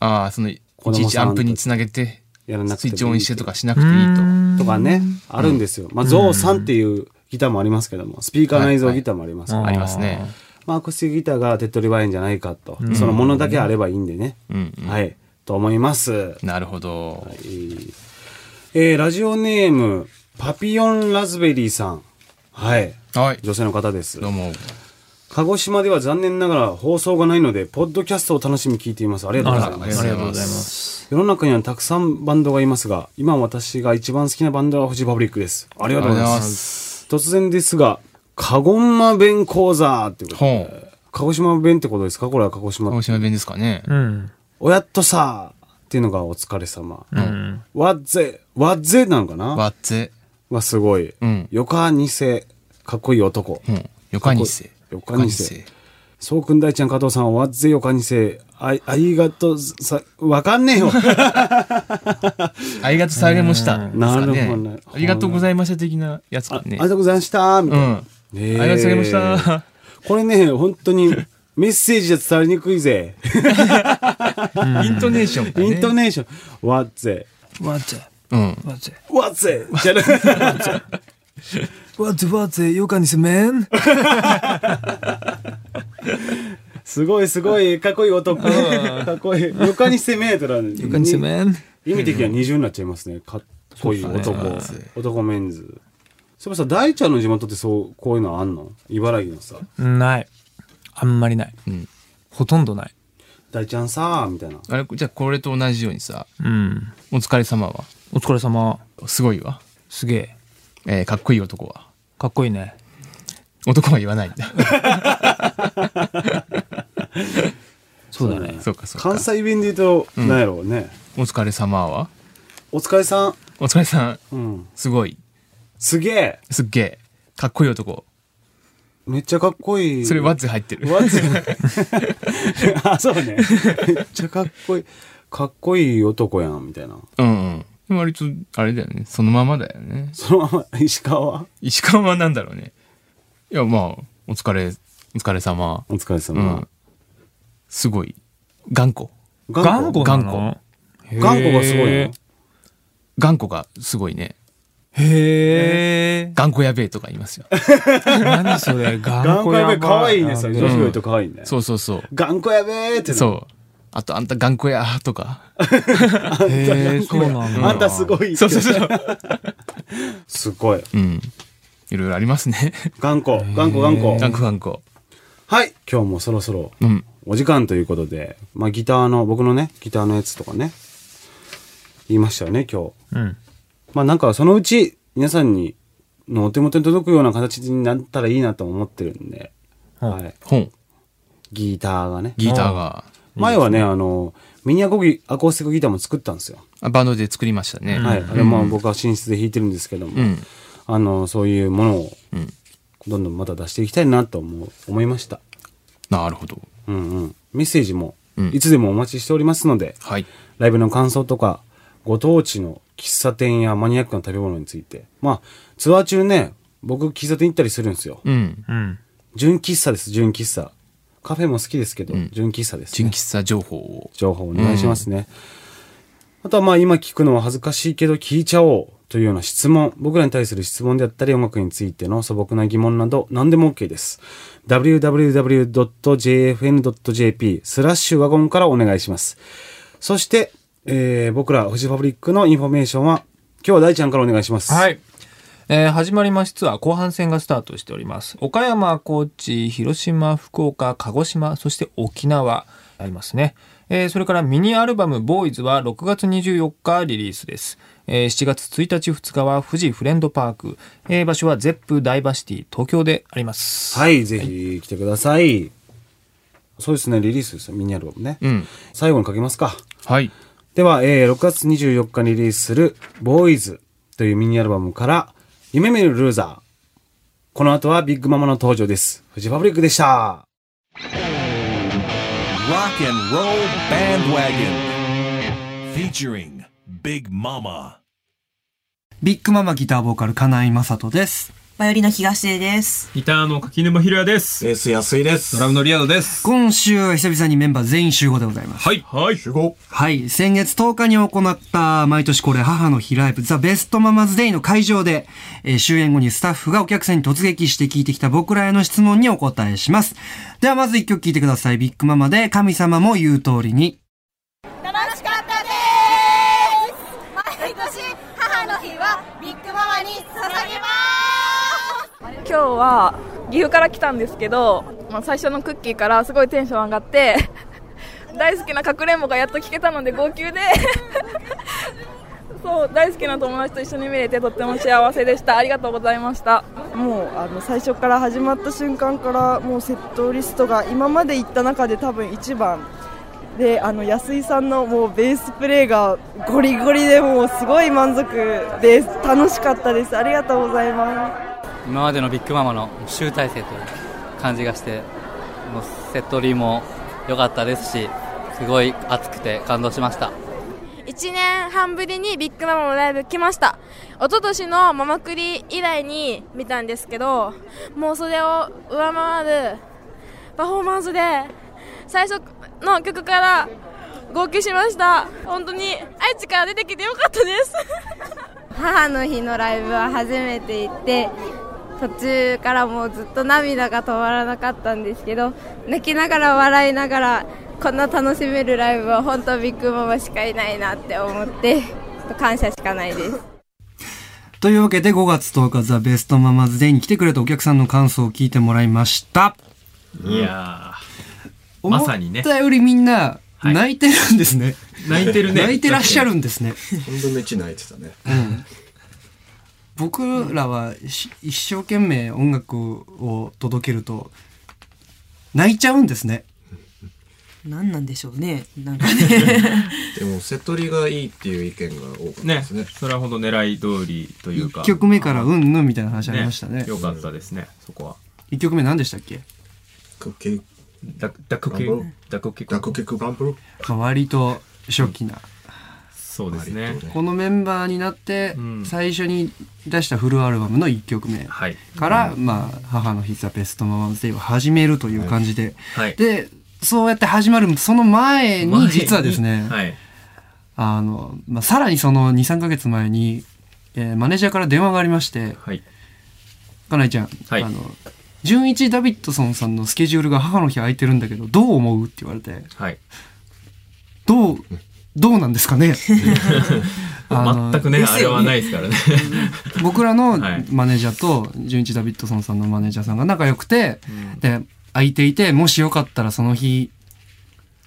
[SPEAKER 1] ああ、その、い
[SPEAKER 2] 子供さ
[SPEAKER 1] ち
[SPEAKER 2] ん
[SPEAKER 1] いちアンプにつなげて、
[SPEAKER 2] やらなくて
[SPEAKER 1] ス
[SPEAKER 2] もい
[SPEAKER 1] イ
[SPEAKER 2] い
[SPEAKER 1] ッチオンしてとかしなくていいと。
[SPEAKER 2] とかね、あるんですよ。まあ、ゾウさんっていうギターもありますけども、スピーカー内蔵ギターもありますから、
[SPEAKER 1] ありますね。
[SPEAKER 2] まあ、アコースティックギターが手っ取り早いんじゃないかと。そのものだけあればいいんでね。
[SPEAKER 1] うん。
[SPEAKER 2] はい。と思います。
[SPEAKER 1] なるほど。
[SPEAKER 2] えー、ラジオネーム、パピヨンラズベリーさん。はい。
[SPEAKER 1] はい。
[SPEAKER 2] 女性の方です
[SPEAKER 1] ど。うも。
[SPEAKER 2] 鹿児島では残念ながら放送がないので、ポッドキャストを楽しみに聞いています。ありがとうござい
[SPEAKER 1] あ
[SPEAKER 2] ま
[SPEAKER 1] り
[SPEAKER 2] す
[SPEAKER 1] が。とう
[SPEAKER 3] ありがとう
[SPEAKER 1] ご
[SPEAKER 3] ご
[SPEAKER 1] ざ
[SPEAKER 3] ざ
[SPEAKER 1] い
[SPEAKER 3] い
[SPEAKER 1] ま。
[SPEAKER 3] ます
[SPEAKER 2] 世の中にはたくさんバンドがいますが、今私が一番好きなバンドはフジファブリックです。ありがとうござい
[SPEAKER 1] ありがとうございま
[SPEAKER 2] ま。
[SPEAKER 1] す
[SPEAKER 2] 突然ですが、カゴンマ弁講座ってこと
[SPEAKER 1] ほ
[SPEAKER 2] で。
[SPEAKER 1] ん。
[SPEAKER 2] 鹿児島弁ってことですかこれは鹿児
[SPEAKER 1] 鹿
[SPEAKER 2] 島
[SPEAKER 1] 児。島弁ですかね。
[SPEAKER 3] うん。
[SPEAKER 2] おやっとさーっていうのがお疲れ様。
[SPEAKER 3] うん。
[SPEAKER 2] わっぜ、わっぜなのかな
[SPEAKER 1] わっぜ。
[SPEAKER 2] はすごい。
[SPEAKER 1] うん。
[SPEAKER 2] よかにせ、かっこいい男。
[SPEAKER 1] うん。よかにせ。
[SPEAKER 2] よかにせ。そうくん大ちゃん加藤さんわっぜよかにせ、あいありがとうさ、わかんねえ よ。
[SPEAKER 1] ありがとうされました。
[SPEAKER 2] んなるほど
[SPEAKER 1] ですかねありがとうございました的なやつか
[SPEAKER 2] ああり
[SPEAKER 1] ね
[SPEAKER 2] が。とうございましたみ
[SPEAKER 1] う
[SPEAKER 2] たいな。
[SPEAKER 1] ん。あ
[SPEAKER 2] ね
[SPEAKER 1] り
[SPEAKER 2] え
[SPEAKER 1] がとうございました。
[SPEAKER 2] これね、本当にメッセージじゃ伝わりにく いぜ。
[SPEAKER 1] イントネーションがね。
[SPEAKER 2] イントネーション。わっぜ。
[SPEAKER 3] わぜ、
[SPEAKER 1] うん。
[SPEAKER 3] わぜ。
[SPEAKER 2] わっぜじゃない。
[SPEAKER 3] わぜわぜ、よかにせめん。
[SPEAKER 2] すごいすごい、かっこいい男。かっこいい。床に攻めとら
[SPEAKER 3] よかにせめん。
[SPEAKER 2] 意味的には二重になっちゃいますね。かっこいい男
[SPEAKER 1] そうですね。
[SPEAKER 2] 男メンズ。そういえばさ、大ちゃんの地元ってそう、こういうのあんの茨城のさ、
[SPEAKER 3] ない。あんまりない。
[SPEAKER 1] うん
[SPEAKER 3] ほとんどない。
[SPEAKER 2] 大ちゃんさー、みたいな。
[SPEAKER 1] あれ、じゃあこれと同じようにさ、
[SPEAKER 3] うん。
[SPEAKER 1] お疲れ様は、
[SPEAKER 3] お疲れ様。
[SPEAKER 1] すごいわ。
[SPEAKER 3] すげえ。
[SPEAKER 1] えー、かっこいい男は。
[SPEAKER 3] かっこいいね。
[SPEAKER 1] 男は言わないんだ。
[SPEAKER 3] そうだね。
[SPEAKER 1] そうかそう
[SPEAKER 2] 関
[SPEAKER 1] か。
[SPEAKER 2] 西弁で言うと、なんやろうね。
[SPEAKER 1] お疲れ様は
[SPEAKER 2] お疲れさん。
[SPEAKER 1] お疲れさん。
[SPEAKER 2] うん。
[SPEAKER 1] すごい。
[SPEAKER 2] すげえ。
[SPEAKER 1] すっげえ。かっこいい男。
[SPEAKER 2] めっちゃかっこいい。
[SPEAKER 1] それワッズ入ってる。
[SPEAKER 2] わっ あ、そうね。めっちゃかっこいい。かっこいい男やん、みたいな。
[SPEAKER 1] うんうん。でも割と、あれだよね。そのままだよね。
[SPEAKER 2] そのまま、石川は
[SPEAKER 1] 石川はなんだろうね。いや、まあ、お疲れ、お疲れ様。
[SPEAKER 2] お疲れ
[SPEAKER 1] う
[SPEAKER 2] 様
[SPEAKER 1] ん。。すごい。頑固。
[SPEAKER 3] 頑固なの
[SPEAKER 2] 頑固がすごい
[SPEAKER 3] へ
[SPEAKER 2] ね。
[SPEAKER 1] 頑固がすごいね。
[SPEAKER 3] え。へ
[SPEAKER 1] 頑固やべえとか言いますよ。
[SPEAKER 3] え。何それ、
[SPEAKER 2] 頑
[SPEAKER 3] 頑
[SPEAKER 2] 固
[SPEAKER 3] 固
[SPEAKER 2] やべ
[SPEAKER 3] やば
[SPEAKER 2] え、かわいいね、それ。女子が言うとかわいいね。
[SPEAKER 1] そうそう そう。
[SPEAKER 2] 頑固やべえってな
[SPEAKER 1] そう。あと、あんた頑固やとか。
[SPEAKER 3] へえ、そうなんだ。
[SPEAKER 2] あんたすごいって
[SPEAKER 1] そうそうそう。
[SPEAKER 2] すごい。
[SPEAKER 1] うん。いろいろありますね。
[SPEAKER 2] 頑固、頑固、頑
[SPEAKER 1] 頑
[SPEAKER 2] 固。
[SPEAKER 1] 固頑固。
[SPEAKER 2] はい、今日もそろそろ
[SPEAKER 1] うん。
[SPEAKER 2] お時間ということで、まあギターの、僕のね、ギターのやつとかね、言いましたよね、今日。
[SPEAKER 3] うん。
[SPEAKER 2] まあなんかそのうち、皆さんに、のお手元に届くような形になったらいいなと思ってるんで、
[SPEAKER 3] うん
[SPEAKER 2] はい。
[SPEAKER 1] 本。
[SPEAKER 2] ギターがね。
[SPEAKER 1] ギターが。
[SPEAKER 2] 前はね、あの、ミニアコギ、アコースティックギターも作ったんですよ。
[SPEAKER 1] あバンドで作りましたね。
[SPEAKER 2] はい。あれまあ僕は寝室で弾いてるんですけども、
[SPEAKER 1] うん。
[SPEAKER 2] あの、そういうものを
[SPEAKER 1] うん。
[SPEAKER 2] どんどんまた出していきたいなと思う思いました。
[SPEAKER 1] なるほど。
[SPEAKER 2] うんうん。メッセージも
[SPEAKER 1] うん
[SPEAKER 2] いつでもお待ちしておりますので、
[SPEAKER 1] はい。
[SPEAKER 2] ライブの感想とか、ご当地の喫茶店やマニアックな食べ物について。まあ、ツアー中ね、僕喫茶店行ったりするんですよ。
[SPEAKER 1] うん。
[SPEAKER 3] うん。
[SPEAKER 2] 純喫茶です、純喫茶。カフェも好きですけど、
[SPEAKER 1] うん
[SPEAKER 2] 純喫茶です、
[SPEAKER 1] 純
[SPEAKER 2] ね。
[SPEAKER 1] 喫茶情報を。
[SPEAKER 2] 情報お願いしますね。あとはまあ今聞くのは恥ずかしいけど聞いちゃおうというような質問、僕らに対する質問であったり音楽についての素朴な疑問など何でも OK です。www.jfn.jp スラッシュワゴンからお願いします。そして、えー、僕らフジファブリックのインフォメーションは今日は大ちゃんからお願いします。。
[SPEAKER 3] はいい。えー始まりましツアー後半戦がスタートしております。岡山、高知、広島、福岡、鹿児島、そして沖縄ありますね。えーそれからミニアルバムボーイズは6月24日リリースです。えー7月1日2日は富士フレンドパーク。えー場所はゼップダイバーシティ東京であります。
[SPEAKER 2] はい、ぜひ来てください。そうですね、リリースですよ、ミニアルバムね。
[SPEAKER 1] うん。
[SPEAKER 2] 最後にかけますか。
[SPEAKER 1] はい。
[SPEAKER 2] では、えー6月24日にリリースする「ボーイズというミニアルバムから「夢見るルーザー」この後はビッグママの登場ですフジファブリックでした
[SPEAKER 4] Rock and Roll Bandwagon. featuring Big Mama.
[SPEAKER 5] ビッグママギターボーカル、金井正人です。
[SPEAKER 6] バイオリンの東出です。
[SPEAKER 7] ギターの柿沼博也です。
[SPEAKER 8] です、安いです。
[SPEAKER 7] ドラムのリアドです。
[SPEAKER 5] 今週は久々にメンバー全員集合でございます。
[SPEAKER 7] はい。はい。
[SPEAKER 5] はい。先月10日に行った、毎年恒例母の日ライブ、ザ・ベストママズデイの会場で、えー終演後にスタッフがお客さんに突撃して聞いてきた僕らへの質問にお答えします。ではまず一曲聞いてください。ビッグママで、神様も言う通りに。
[SPEAKER 9] 楽しかったでーす毎年母の日はビッグママに捧げます今日は岐阜から来たんですけど、まあ、最初のクッキーからすごいテンション上がって 大好きなかくれんぼがやっと聞けたので号泣で そう大好きな友達と一緒に見れてとっても幸せでしたありがとうございました
[SPEAKER 10] もうあの最初から始まった瞬間からもうセットリストが今まで行った中で多分一番であの安井さんのもうベースプレーがゴリゴリでもうすごい満足です楽しかったですありがとうございます
[SPEAKER 11] 今までのビッグママの集大成という感じがして、もうセットリーも良かったですし、すごい熱くて感動しました。
[SPEAKER 9] 1年半ぶりにビッグママのライブ来ました一昨年のママクリ以来に見たんですけどもうそれを上回るパフォーマンスで最初の曲から号泣しました本当に愛知から出てきてよかったです母の日のライブは初めて行って途中からもうずっと涙が止まらなかったんですけど泣きながら笑いながらこんな楽しめるライブは本当ビッグママしかいないなって思ってちょっと感謝しかないです
[SPEAKER 5] というわけで5月10日、ザ・ベストママズデイに来てくれたお客さんの感想を聞いてもらいました。
[SPEAKER 7] いやーまさにね
[SPEAKER 5] 思ったよりみんな、泣いてるんですね。
[SPEAKER 7] 泣いてるね。
[SPEAKER 5] 泣いてらっしゃるんですね。
[SPEAKER 8] 4分の1泣いてたね。
[SPEAKER 5] 僕らはし一生懸命音楽を届けると泣いちゃうんですね。
[SPEAKER 6] 何なんでしょうね。なん かね。
[SPEAKER 8] でも、セトリがいいっていう意見が多かったで
[SPEAKER 7] ね
[SPEAKER 8] すね。。
[SPEAKER 7] それはほど狙い通りというか。
[SPEAKER 5] 1曲目からうんうんみたいな話ありましたね。
[SPEAKER 7] よかったですね。そこは。
[SPEAKER 5] 1曲目何でしたっけ
[SPEAKER 8] クッキー、
[SPEAKER 7] だ、だこけ
[SPEAKER 8] 頑張ろう、
[SPEAKER 7] だこけ、
[SPEAKER 8] ダクキックバンプル
[SPEAKER 5] 割と初期な。
[SPEAKER 7] そうですね。
[SPEAKER 5] このメンバーになって
[SPEAKER 7] うん
[SPEAKER 5] 最初に出したフルアルバムの1曲目
[SPEAKER 7] はい。
[SPEAKER 5] から、まあ、母の日ザベストママズデイを始めるという感じで。
[SPEAKER 7] はい。
[SPEAKER 5] で、そうやって始まるその前に実はですね、
[SPEAKER 7] はい。
[SPEAKER 5] あの、まあ、さらにその2、3ヶ月前に、えーマネージャーから電話がありまして、
[SPEAKER 7] はい。
[SPEAKER 5] かなえちゃん、
[SPEAKER 7] はい
[SPEAKER 5] あの、純一ダビッドソンさんのスケジュールが母の日空いてるんだけど、どう思うって言われて、
[SPEAKER 7] はい。
[SPEAKER 5] どう、どうなんですかねあの
[SPEAKER 7] 全くね、あれはないですからね。
[SPEAKER 5] 僕らの
[SPEAKER 7] はい
[SPEAKER 5] マネージャーと、純一ダビッドソンさんのマネージャーさんが仲良くて、で、空いていて、もしよかったらその日、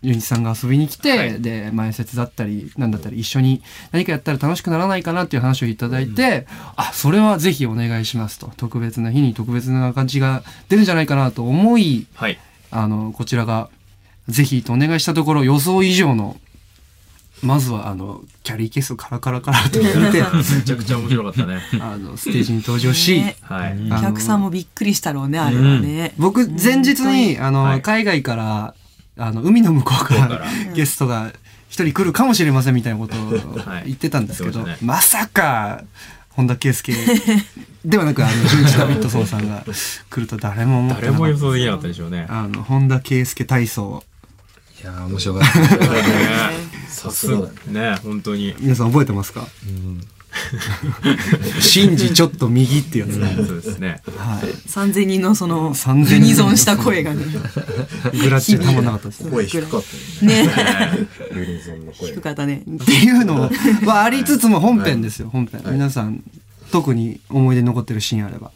[SPEAKER 5] 純一さんが遊びに来て、
[SPEAKER 7] はい
[SPEAKER 5] で、前説だったり、なんだったり、一緒に何かやったら楽しくならないかなっていう話をいただいて、あ、それはぜひお願いしますと。特別な日に特別な感じが出るんじゃないかなと思い、
[SPEAKER 7] はい。
[SPEAKER 5] あの、こちらが、ぜひとお願いしたところ、予想以上の、まずは、あの、キャリーケースをカラカラカラと入れ て、
[SPEAKER 7] めちゃくちゃ面白かったね。
[SPEAKER 5] あの、ステージに登場し、
[SPEAKER 6] ね
[SPEAKER 7] はい。
[SPEAKER 6] お客さんもびっくりしたろうね、あれはね。
[SPEAKER 5] 僕、前日に、あの、
[SPEAKER 7] はい
[SPEAKER 5] 海外から、あの、海の向こうから、
[SPEAKER 7] 向こうか
[SPEAKER 5] ゲストが一人来るかもしれませんみたいなことを
[SPEAKER 7] はい
[SPEAKER 5] 言ってたんですけど、
[SPEAKER 7] 言ってました
[SPEAKER 5] まさか、本田圭 佑ではなく、あの、ジュダビッドソンさんが来ると誰も思って
[SPEAKER 7] 誰
[SPEAKER 5] な
[SPEAKER 7] も
[SPEAKER 5] かっ
[SPEAKER 7] 予想できなかったでしょうね
[SPEAKER 5] た。。あの、本田圭佑体操、
[SPEAKER 8] いやー、面白かった。さすがだね。
[SPEAKER 7] ね、本当に。
[SPEAKER 5] 皆さん覚えてますか シンジちょっと右ってやつね。
[SPEAKER 7] そうですね。
[SPEAKER 5] はい。
[SPEAKER 6] 3000人のその、
[SPEAKER 5] 3000人
[SPEAKER 6] ユニゾンした声がね。
[SPEAKER 5] グラッチたまんなかったですね。
[SPEAKER 8] 声低かったよね。
[SPEAKER 6] ね。
[SPEAKER 8] ユニゾンの声
[SPEAKER 6] 低。かったね。
[SPEAKER 5] っていうのはありつつも本編ですよ、本編。皆さん、特に思い出に残ってるシーンあれば。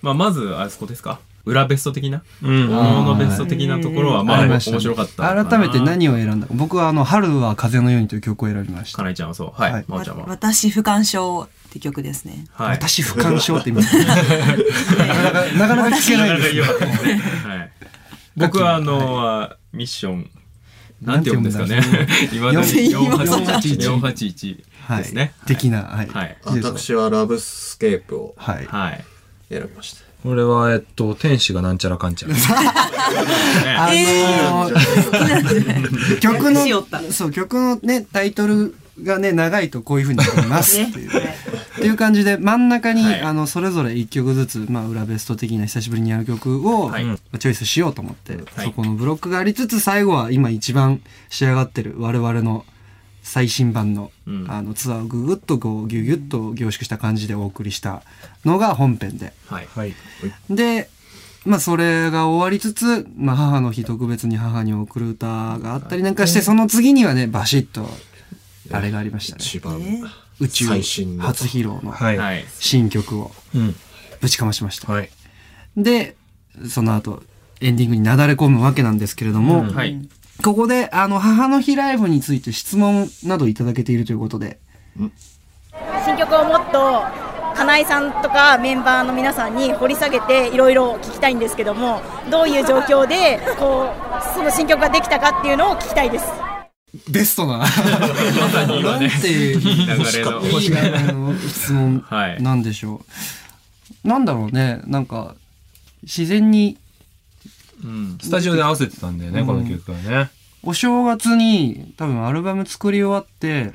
[SPEAKER 7] まあ、まず、あそこですか裏ベスト的なうん。物ベスト的なところは、まあ、面
[SPEAKER 5] ね
[SPEAKER 7] 白かった。
[SPEAKER 5] 改めて何を選んだか僕はあの、春は風のようにという曲を選びました
[SPEAKER 7] か。なえちゃんはそう。はい。
[SPEAKER 5] はい
[SPEAKER 7] まおちゃん
[SPEAKER 6] わ
[SPEAKER 7] は。
[SPEAKER 6] 私不干渉って曲ですね。
[SPEAKER 7] はい。
[SPEAKER 5] 私不干渉って今。なかなか、なかなか聞けないです。
[SPEAKER 7] 良かったですね。はい。僕は、あの、ミッション、なんて呼ぶんですか
[SPEAKER 5] な
[SPEAKER 7] ね
[SPEAKER 5] んて。
[SPEAKER 7] 今まで
[SPEAKER 5] 481
[SPEAKER 7] 481
[SPEAKER 5] はい。
[SPEAKER 7] ですね。
[SPEAKER 5] 的な、はい。
[SPEAKER 7] はい
[SPEAKER 5] ヒデさん
[SPEAKER 8] 私はラブスケープを
[SPEAKER 5] はい。
[SPEAKER 7] はい。
[SPEAKER 8] 選びました。俺は、えっと、天使がなんちゃらかんちゃら。
[SPEAKER 5] あのー、曲の、そう、曲のね、タイトルがね、長いとこういうふうになりますっていう。っていう感じで、真ん中に、あの、それぞれ1曲ずつ、まあ、裏ベスト的な久しぶりにやる曲を、まあチョイスしようと思って、そこのブロックがありつつ、最後は今一番仕上がってる我々の最新版の,、あのツアーをぐぐっとこうぎゅぎゅっと凝縮した感じでお送りしたのが本編で、
[SPEAKER 7] はい。
[SPEAKER 5] で、まあ、それが終わりつつ、まあ、母の日特別に母に贈る歌があったりなんかして、その次にはねバシッとあれがありましたね
[SPEAKER 8] 一番
[SPEAKER 5] 宇宙
[SPEAKER 8] 最新の
[SPEAKER 5] 初披露の
[SPEAKER 8] はい
[SPEAKER 5] 新曲を
[SPEAKER 8] うん
[SPEAKER 5] ぶちかましました、でその後エンディングになだれ込むわけなんですけれども、
[SPEAKER 7] うんはい
[SPEAKER 5] ここであの母の日ライブについて質問などいただけているということで
[SPEAKER 12] 新曲をもっと金井さんとかメンバーの皆さんに掘り下げていろいろ聞きたいんですけどもどういう状況でこうその新曲ができたかっていうのを聞きたいです
[SPEAKER 5] ベストな
[SPEAKER 7] 今
[SPEAKER 5] なんて いう
[SPEAKER 7] 流れの。
[SPEAKER 5] いいあの質問なんでしょう、なんだろうねなんか自然に
[SPEAKER 8] スタジオで合わせてたんだよね、
[SPEAKER 5] うん
[SPEAKER 8] この曲はね。
[SPEAKER 5] お正月に多分アルバム作り終わって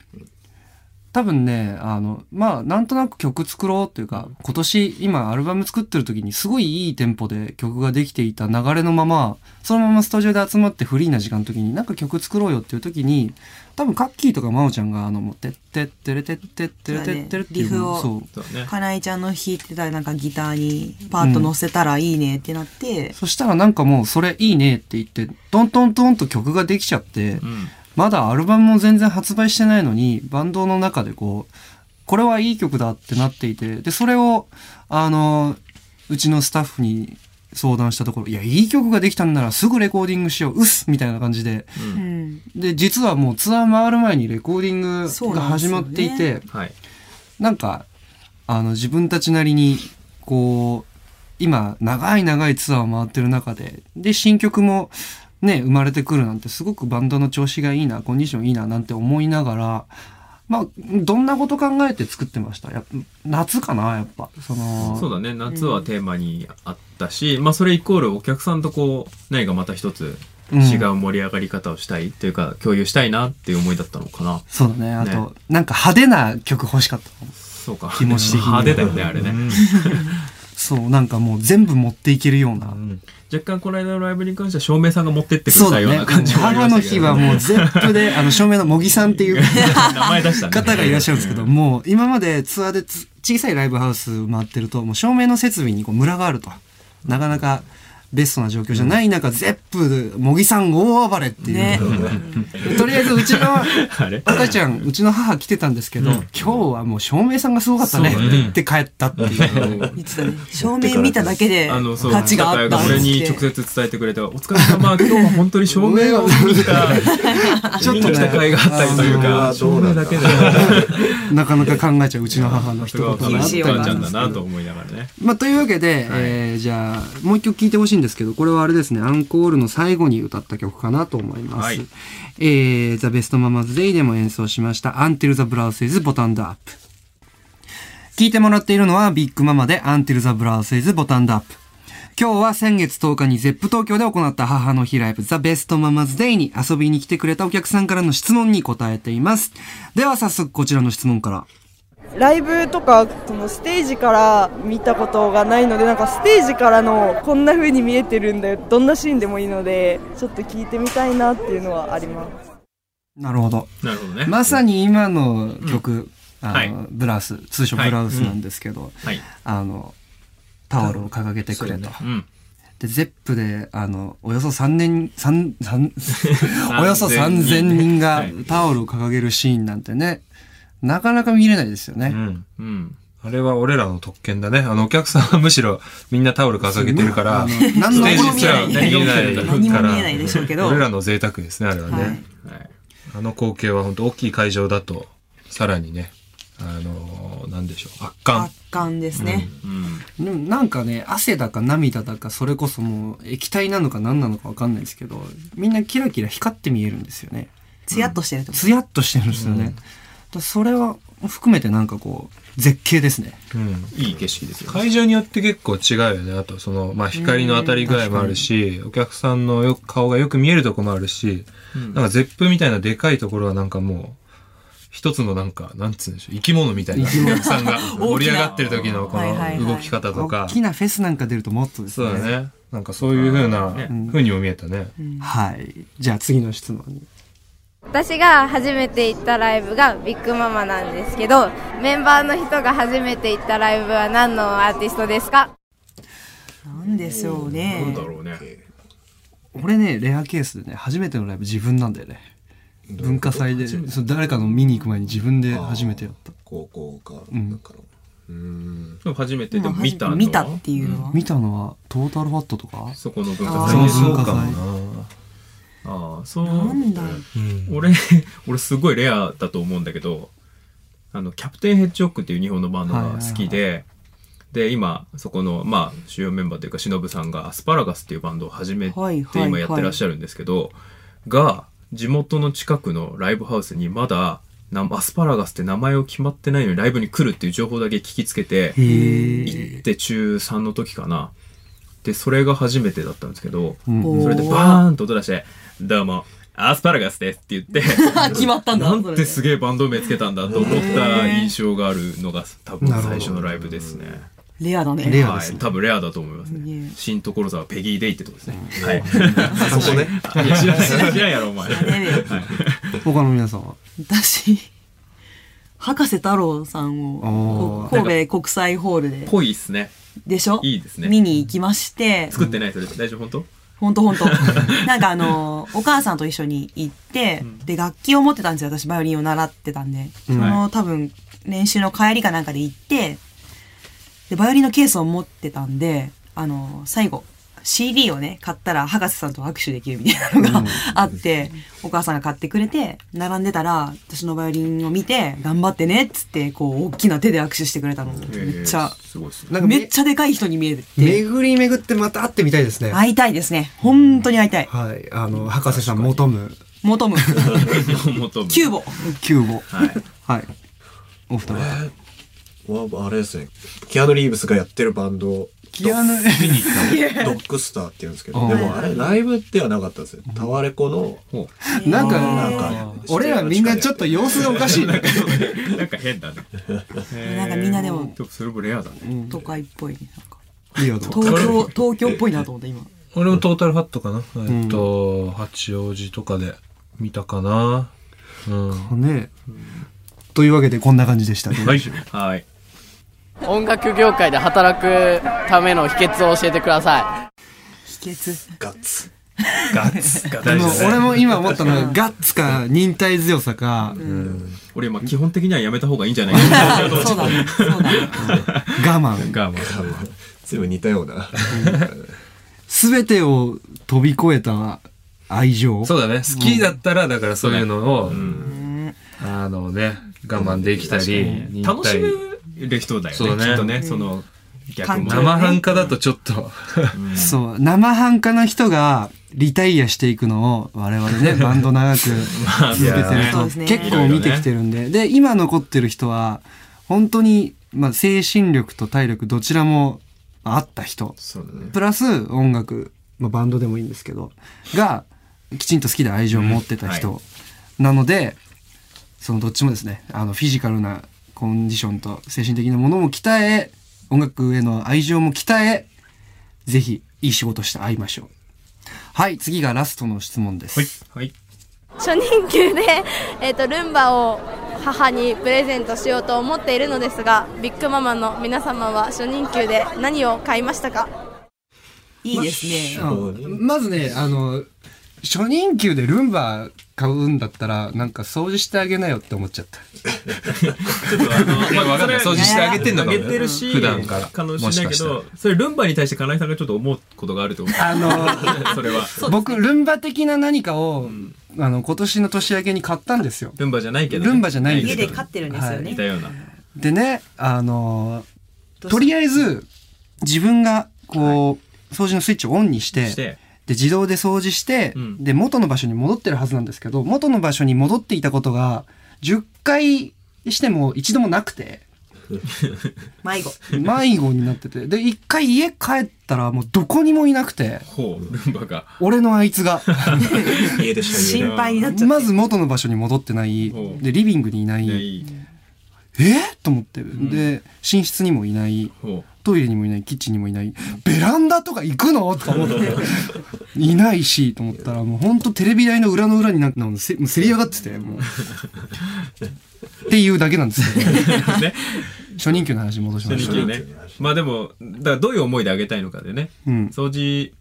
[SPEAKER 5] 多分ねあのまあなんとなく曲作ろうというか今年今アルバム作ってる時にすごいいいテンポで曲ができていた流れのままそのままスタジオで集まってフリーな時間の時になんか曲作ろうよっていう時に多分カッキーとか真央ちゃんがあのもう「てってってれてってってれてってれ」って
[SPEAKER 6] リ
[SPEAKER 5] いう
[SPEAKER 6] フ
[SPEAKER 5] の
[SPEAKER 6] を
[SPEAKER 5] そう
[SPEAKER 6] かなえちゃんの弾いてたなんかギターにパート乗せたらいいねってなって、
[SPEAKER 5] そしたらなんかもうそれいいねって言って、トントントンと曲ができちゃって、まだアルバムも全然発売してないのに、バンドの中でこう、これはいい曲だってなっていて、で、それを、あの、うちのスタッフに相談したところ、いや、いい曲ができたんならすぐレコーディングしよう、うっすみたいな感じで、
[SPEAKER 6] うん
[SPEAKER 5] で、実はもうツアー回る前にレコーディン
[SPEAKER 6] そう
[SPEAKER 5] グが
[SPEAKER 6] なんです
[SPEAKER 5] 始ま
[SPEAKER 6] よね
[SPEAKER 5] っていて、なんか、あの、自分たちなりに、こう、今、長い長いツアーを回ってる中で、で、新曲も、ね、生まれてくるなんて、すごくバンドの調子がいいな、コンディションいいな、なんて思いながら、まあ、どんなこと考えて作ってましたやっぱ夏かなやっぱ。その、
[SPEAKER 7] そうだね夏はテーマにあったし、まあそれイコールお客さんとこう何かまた一つ
[SPEAKER 5] うん
[SPEAKER 7] 違う盛り上がり方をしたいというか共有したいなっていう思いだったのかな
[SPEAKER 5] そうだね。あと、なんか派手な曲欲しかった。
[SPEAKER 7] そうか
[SPEAKER 5] 気持ち的には
[SPEAKER 7] 派手だよねあれね、
[SPEAKER 5] そう、なんかもう全部持っていけるような。
[SPEAKER 7] 若干この間のライブに関しては照明さんが持ってってくれ
[SPEAKER 5] そうだ
[SPEAKER 7] たよう
[SPEAKER 5] ね。
[SPEAKER 7] な感じもあり
[SPEAKER 5] 母
[SPEAKER 7] ま
[SPEAKER 5] の
[SPEAKER 7] したけ
[SPEAKER 5] 日
[SPEAKER 7] どね
[SPEAKER 5] は もうゼップで、あの、照明の茂木さんっていう方がいらっしゃるんですけど、もう今までツアーでつ小さいライブハウス回ってると、もう照明の設備にこうムラがあると。なかなかベストな状況じゃない中、ゼップ、茂木さん大暴れっていう。
[SPEAKER 6] ね
[SPEAKER 5] とりあえずう ちの
[SPEAKER 7] あれ
[SPEAKER 5] 赤ちゃん、うちの母来てたんですけど、今日はもう照明さんがすごかったね
[SPEAKER 7] そうだね
[SPEAKER 5] って帰ったっていう。
[SPEAKER 6] 照明見ただけで
[SPEAKER 7] あのそう
[SPEAKER 6] 価値があった
[SPEAKER 7] 方
[SPEAKER 6] っ
[SPEAKER 7] 俺に
[SPEAKER 6] て
[SPEAKER 7] 直接伝えてくれて「お疲れ様今日は本当に照明が見に来た
[SPEAKER 5] ちょっとね
[SPEAKER 7] 見に来た甲斐があったりというか照明だけで
[SPEAKER 5] なかなか考えちゃううちの母の一
[SPEAKER 7] すごい
[SPEAKER 5] 言があ
[SPEAKER 7] 悲
[SPEAKER 5] った
[SPEAKER 7] し
[SPEAKER 5] り
[SPEAKER 7] い
[SPEAKER 5] とか
[SPEAKER 7] おばあちゃんだなと思いながらね
[SPEAKER 5] まあ、というわけで、えーじゃあもう一曲聴いてほしいんですけどこれはあれですねアンコールの最後に歌った曲かなと思います、
[SPEAKER 7] はい
[SPEAKER 5] えー、The Best Mama's Day でも演奏しました Until the Blouse is Buttoned Up 聴いてもらっているのはビッグママで Until the Blouse is Buttoned Up 今日は先月10日に ZEP 東京で行った母の日ライブ The Best Mama's Day に遊びに来てくれたお客さんからの質問に答えていますでは早速こちらの質問から
[SPEAKER 10] ライブとかそのステージから見たことがないのでなんかステージからのこんな風に見えてるんだよどんなシーンでもいいのでちょっと聞いてみたいなっていうのはあります
[SPEAKER 5] なるほど。
[SPEAKER 7] なるほどね
[SPEAKER 5] まさに今の曲、あの
[SPEAKER 7] はい
[SPEAKER 5] ブラウス、通称ブラウスなんですけど、
[SPEAKER 7] はい
[SPEAKER 5] あの、タオルを掲げてくれと。で、ゼップで、あの、およそ3年、三 三およそ3000人がタオルを掲げるシーンなんてね、なかなか見れないですよね。
[SPEAKER 7] うん。
[SPEAKER 8] あれは俺らの特権だね。あの、お客さん はむしろみんなタオル掲げてるから、
[SPEAKER 5] あの
[SPEAKER 8] ステ
[SPEAKER 5] 何の
[SPEAKER 8] ージすら見えないから、
[SPEAKER 6] 何も見えないでしょうけ ど
[SPEAKER 8] 俺らの贅沢ですね、あれはね。
[SPEAKER 6] はい
[SPEAKER 8] あの光景は本当大きい会場だと、さらにね、あのーなんでしょう、圧巻。
[SPEAKER 6] 感ですね、
[SPEAKER 5] でもなんかね、汗だか涙だか、それこそもう液体なのか何なのかわかんないですけど、みんなキラキラ光って見えるんですよね。
[SPEAKER 6] ツヤっとしてると
[SPEAKER 5] ツヤっとしてるんですよね。だからそれは含めてなんかこう、絶景ですね。
[SPEAKER 7] いい景色ですよ
[SPEAKER 8] 会場によって結構違うよね。あと、その、まあ、光の当たり具合もあるし、お客さんのよ顔がよく見えるとこもあるし、
[SPEAKER 7] うん
[SPEAKER 8] なんか、絶風みたいなでかいところはなんかもう、一つのなんか、なんつうんでしょう、生き物みたいな、お
[SPEAKER 5] 生き物
[SPEAKER 8] 客さん が
[SPEAKER 5] 大きな
[SPEAKER 8] 盛り上がってる時のこ
[SPEAKER 5] はいはいは
[SPEAKER 8] の
[SPEAKER 5] い
[SPEAKER 8] 動き方と
[SPEAKER 5] 大
[SPEAKER 8] か、
[SPEAKER 5] きなフェスなんか出るともっとです
[SPEAKER 8] そう
[SPEAKER 5] ね。
[SPEAKER 8] だね。なんかそういうふうな、ふうにも見えたね。
[SPEAKER 5] はい。じゃあ次の質問に。
[SPEAKER 13] 私が初めて行ったライブがビッグママなんですけどメンバーの人が初めて行ったライブは何のアーティストですか
[SPEAKER 6] なんでしょうね。なんだろうね。
[SPEAKER 5] 俺ね、レアケースでね、初めてのライブ自分なんだよね。文化祭で、そう誰かの見に行く前に自分で初めてやった。
[SPEAKER 7] 高校か
[SPEAKER 5] うん。
[SPEAKER 7] うんでも初めてでも見たのは
[SPEAKER 5] 見たっていうのは、見たのはトータルファットとか
[SPEAKER 7] そこの文
[SPEAKER 5] そ
[SPEAKER 7] 化
[SPEAKER 5] の
[SPEAKER 7] 祭
[SPEAKER 5] 文化祭
[SPEAKER 7] ああそう
[SPEAKER 6] なんだ
[SPEAKER 7] 俺 俺すごいレアだと思うんだけどあのキャプテンヘッジホックっていう日本のバンドが好きで、で今そこのまあ主要メンバーというか忍さんがアスパラガスっていうバンドを始めて
[SPEAKER 6] はいはいはい
[SPEAKER 7] 今やってらっしゃるんですけど、が地元の近くのライブハウスにまだなアスパラガスって名前を決まってないのにライブに来るっていう情報だけ聞きつけて
[SPEAKER 5] ー
[SPEAKER 7] 行って中3の時かなでそれが初めてだったんですけど、
[SPEAKER 5] うん
[SPEAKER 7] それでバーンと音出して「どうもアスパラガスです」って言っ て
[SPEAKER 5] 決まったんだ
[SPEAKER 7] なん
[SPEAKER 5] それ
[SPEAKER 7] て
[SPEAKER 5] です
[SPEAKER 7] げえバンド名つけたんだと思った印象があるのが多分最初のライブですね。
[SPEAKER 6] レアだね。
[SPEAKER 7] はい、多分レアだと思いますね。新所沢ペギーデイってとこですね。はい。
[SPEAKER 6] そこね
[SPEAKER 7] いや知らない、知らんやろ、お前。
[SPEAKER 6] 知らねえよ
[SPEAKER 7] はい
[SPEAKER 5] 他の皆さんは
[SPEAKER 6] 私、博士太郎さんを
[SPEAKER 7] おー
[SPEAKER 6] こ神戸国際ホールで、
[SPEAKER 7] ぽいっすね。
[SPEAKER 6] でしょ
[SPEAKER 7] いいですね。
[SPEAKER 6] 見に行きまして、
[SPEAKER 7] 作ってないそれ大丈夫本当
[SPEAKER 6] ほんとほん と。なんかあの、お母さんと一緒に行って、で、楽器を持ってたんですよ。私、バイオリンを習ってたんで。その、
[SPEAKER 7] は
[SPEAKER 6] 多分、練習の帰りかなんかで行って、で、バイオリンのケースを持ってたんで、あの、最後、CD をね、買ったら、博士さんと握手できるみたいなのが、あって、お母さんが買ってくれて、並んでたら、私のバイオリンを見て、頑張ってね、っつって、こう、大きな手で握手してくれたの。めっちゃ、
[SPEAKER 7] すごいっす
[SPEAKER 5] ね
[SPEAKER 6] めっちゃでかい人に見えるって。
[SPEAKER 5] 巡り巡ってまた会ってみたいですね。
[SPEAKER 6] 会いたいですね。本当に会いたい。
[SPEAKER 5] はい。あの、博士さん求む。
[SPEAKER 6] 求む。
[SPEAKER 7] 求む。
[SPEAKER 6] キューボ。
[SPEAKER 5] キューボ。
[SPEAKER 14] はい。
[SPEAKER 5] はい。お二人。
[SPEAKER 14] は、あれですね。キアヌ・リーブスがやってるバンド。
[SPEAKER 5] キアヌ
[SPEAKER 14] ドッ見に行った
[SPEAKER 5] すげえ
[SPEAKER 14] のドッグスターって言うんですけ
[SPEAKER 5] う
[SPEAKER 14] ど、
[SPEAKER 5] ん
[SPEAKER 14] でもあれライブではなかったんですよ。タワレコの、
[SPEAKER 5] なんか、
[SPEAKER 14] なんか、
[SPEAKER 5] 俺らみんなちょっと様子がおかしい ね。
[SPEAKER 7] なんか変だね。
[SPEAKER 6] なんかみんなでも
[SPEAKER 7] でもそれもレアだね。
[SPEAKER 6] 都会っぽいね。
[SPEAKER 5] リア
[SPEAKER 6] 東京、東京っぽいなと思った今。
[SPEAKER 8] 俺もトータルファットかな。えっと、八王子とかで見たかな。うん。
[SPEAKER 5] ねというわけでこんな感じでした。
[SPEAKER 8] はい。
[SPEAKER 7] はい。
[SPEAKER 15] 音楽業界で働くための秘訣を教えてくださ
[SPEAKER 6] 秘訣
[SPEAKER 14] ガッツ
[SPEAKER 7] ガッツが
[SPEAKER 5] で
[SPEAKER 7] 大事
[SPEAKER 5] も
[SPEAKER 7] だね
[SPEAKER 5] 俺も今思ったのは、ガッツか忍耐強さか、
[SPEAKER 7] 俺今基本的にはやめた方がいいんじゃないかな
[SPEAKER 6] そうだねそうだね
[SPEAKER 5] 我慢。
[SPEAKER 7] 我慢。
[SPEAKER 14] 全部似たような。
[SPEAKER 5] すべてを飛び越えた愛情。
[SPEAKER 8] そうだね。好きだったら、だからそういうのを、あのね、我慢できたり、
[SPEAKER 7] うん 楽しめる人だよねきっとねその逆も生半
[SPEAKER 8] 可だとちょっと。
[SPEAKER 5] そう、生半可な人がリタイアしていくのを我々 ね、バンド長く
[SPEAKER 8] まあ
[SPEAKER 5] 続けてる
[SPEAKER 8] そう
[SPEAKER 5] と
[SPEAKER 8] ですね
[SPEAKER 5] 結構見てきてるんで、で、今残ってる人は、本当に、まあ、精神力と体力どちらもあった人、プラス音楽、まあ、バンドでもいいんですけど、が、きちんと好きで愛情を持ってた人、なので、そのどっちもですね、あの、フィジカルなコンディションと精神的なものも鍛え、音楽への愛情も鍛え、ぜひ、いい仕事して会いましょう。はい、次がラストの質問です。
[SPEAKER 7] はい。
[SPEAKER 13] 初任給で、えっとルンバを母にプレゼントしようと思っているのですがビッグママの皆様は初任給で何を買いましたか
[SPEAKER 6] いいですね。
[SPEAKER 5] まずね、あの、初任給でルンバ買うんだったら、なんか掃除してあげなよって思っちゃった。
[SPEAKER 7] まあ
[SPEAKER 8] わかんない
[SPEAKER 7] それ
[SPEAKER 8] 掃除してあげてんのかもね
[SPEAKER 7] あげてるし
[SPEAKER 8] 普段から
[SPEAKER 7] かもしれないけ
[SPEAKER 8] も
[SPEAKER 7] どそれルンバに対して金井さんがちょっと思うことがあると思う
[SPEAKER 5] あの
[SPEAKER 7] それは
[SPEAKER 5] 僕、ルンバ的な何かを、あの、今年の年明けに買ったんですよ。
[SPEAKER 7] ルンバじゃないけど
[SPEAKER 5] ルンバじゃないんですけど
[SPEAKER 6] 家で飼ってるんですよね
[SPEAKER 7] はい似たような
[SPEAKER 5] でね、あのーとりあえず、自分が、こう、掃除のスイッチをオンにして、
[SPEAKER 7] して
[SPEAKER 5] で、自動で掃除して、で、元の場所に戻ってるはずなんですけど、元の場所に戻っていたことが、10回しても一度もなく て、
[SPEAKER 6] 迷子。
[SPEAKER 5] 迷子になってて。で、一回家帰ったらもうどこにもいなくて、
[SPEAKER 7] ほう、ルンバが。
[SPEAKER 5] 俺のあいつが。
[SPEAKER 7] 家でしか
[SPEAKER 5] になっちゃまず元の場所に戻ってない。で、リビングにいない。えーと思って。で、寝室にもいない。トイレにもいない、キッチンにもいない。ベランダとか行くのとか思 って。いないし、と思ったら、もうほんとテレビ台の裏の裏になんか、せもうせり上がってて、もう。っていうだけなん ですけど。初任給の話戻しま
[SPEAKER 7] 初
[SPEAKER 5] し
[SPEAKER 7] 日
[SPEAKER 5] た。
[SPEAKER 7] にね。まあでも、だからどういう思いであげたいのかでね。
[SPEAKER 5] うん
[SPEAKER 7] 掃除、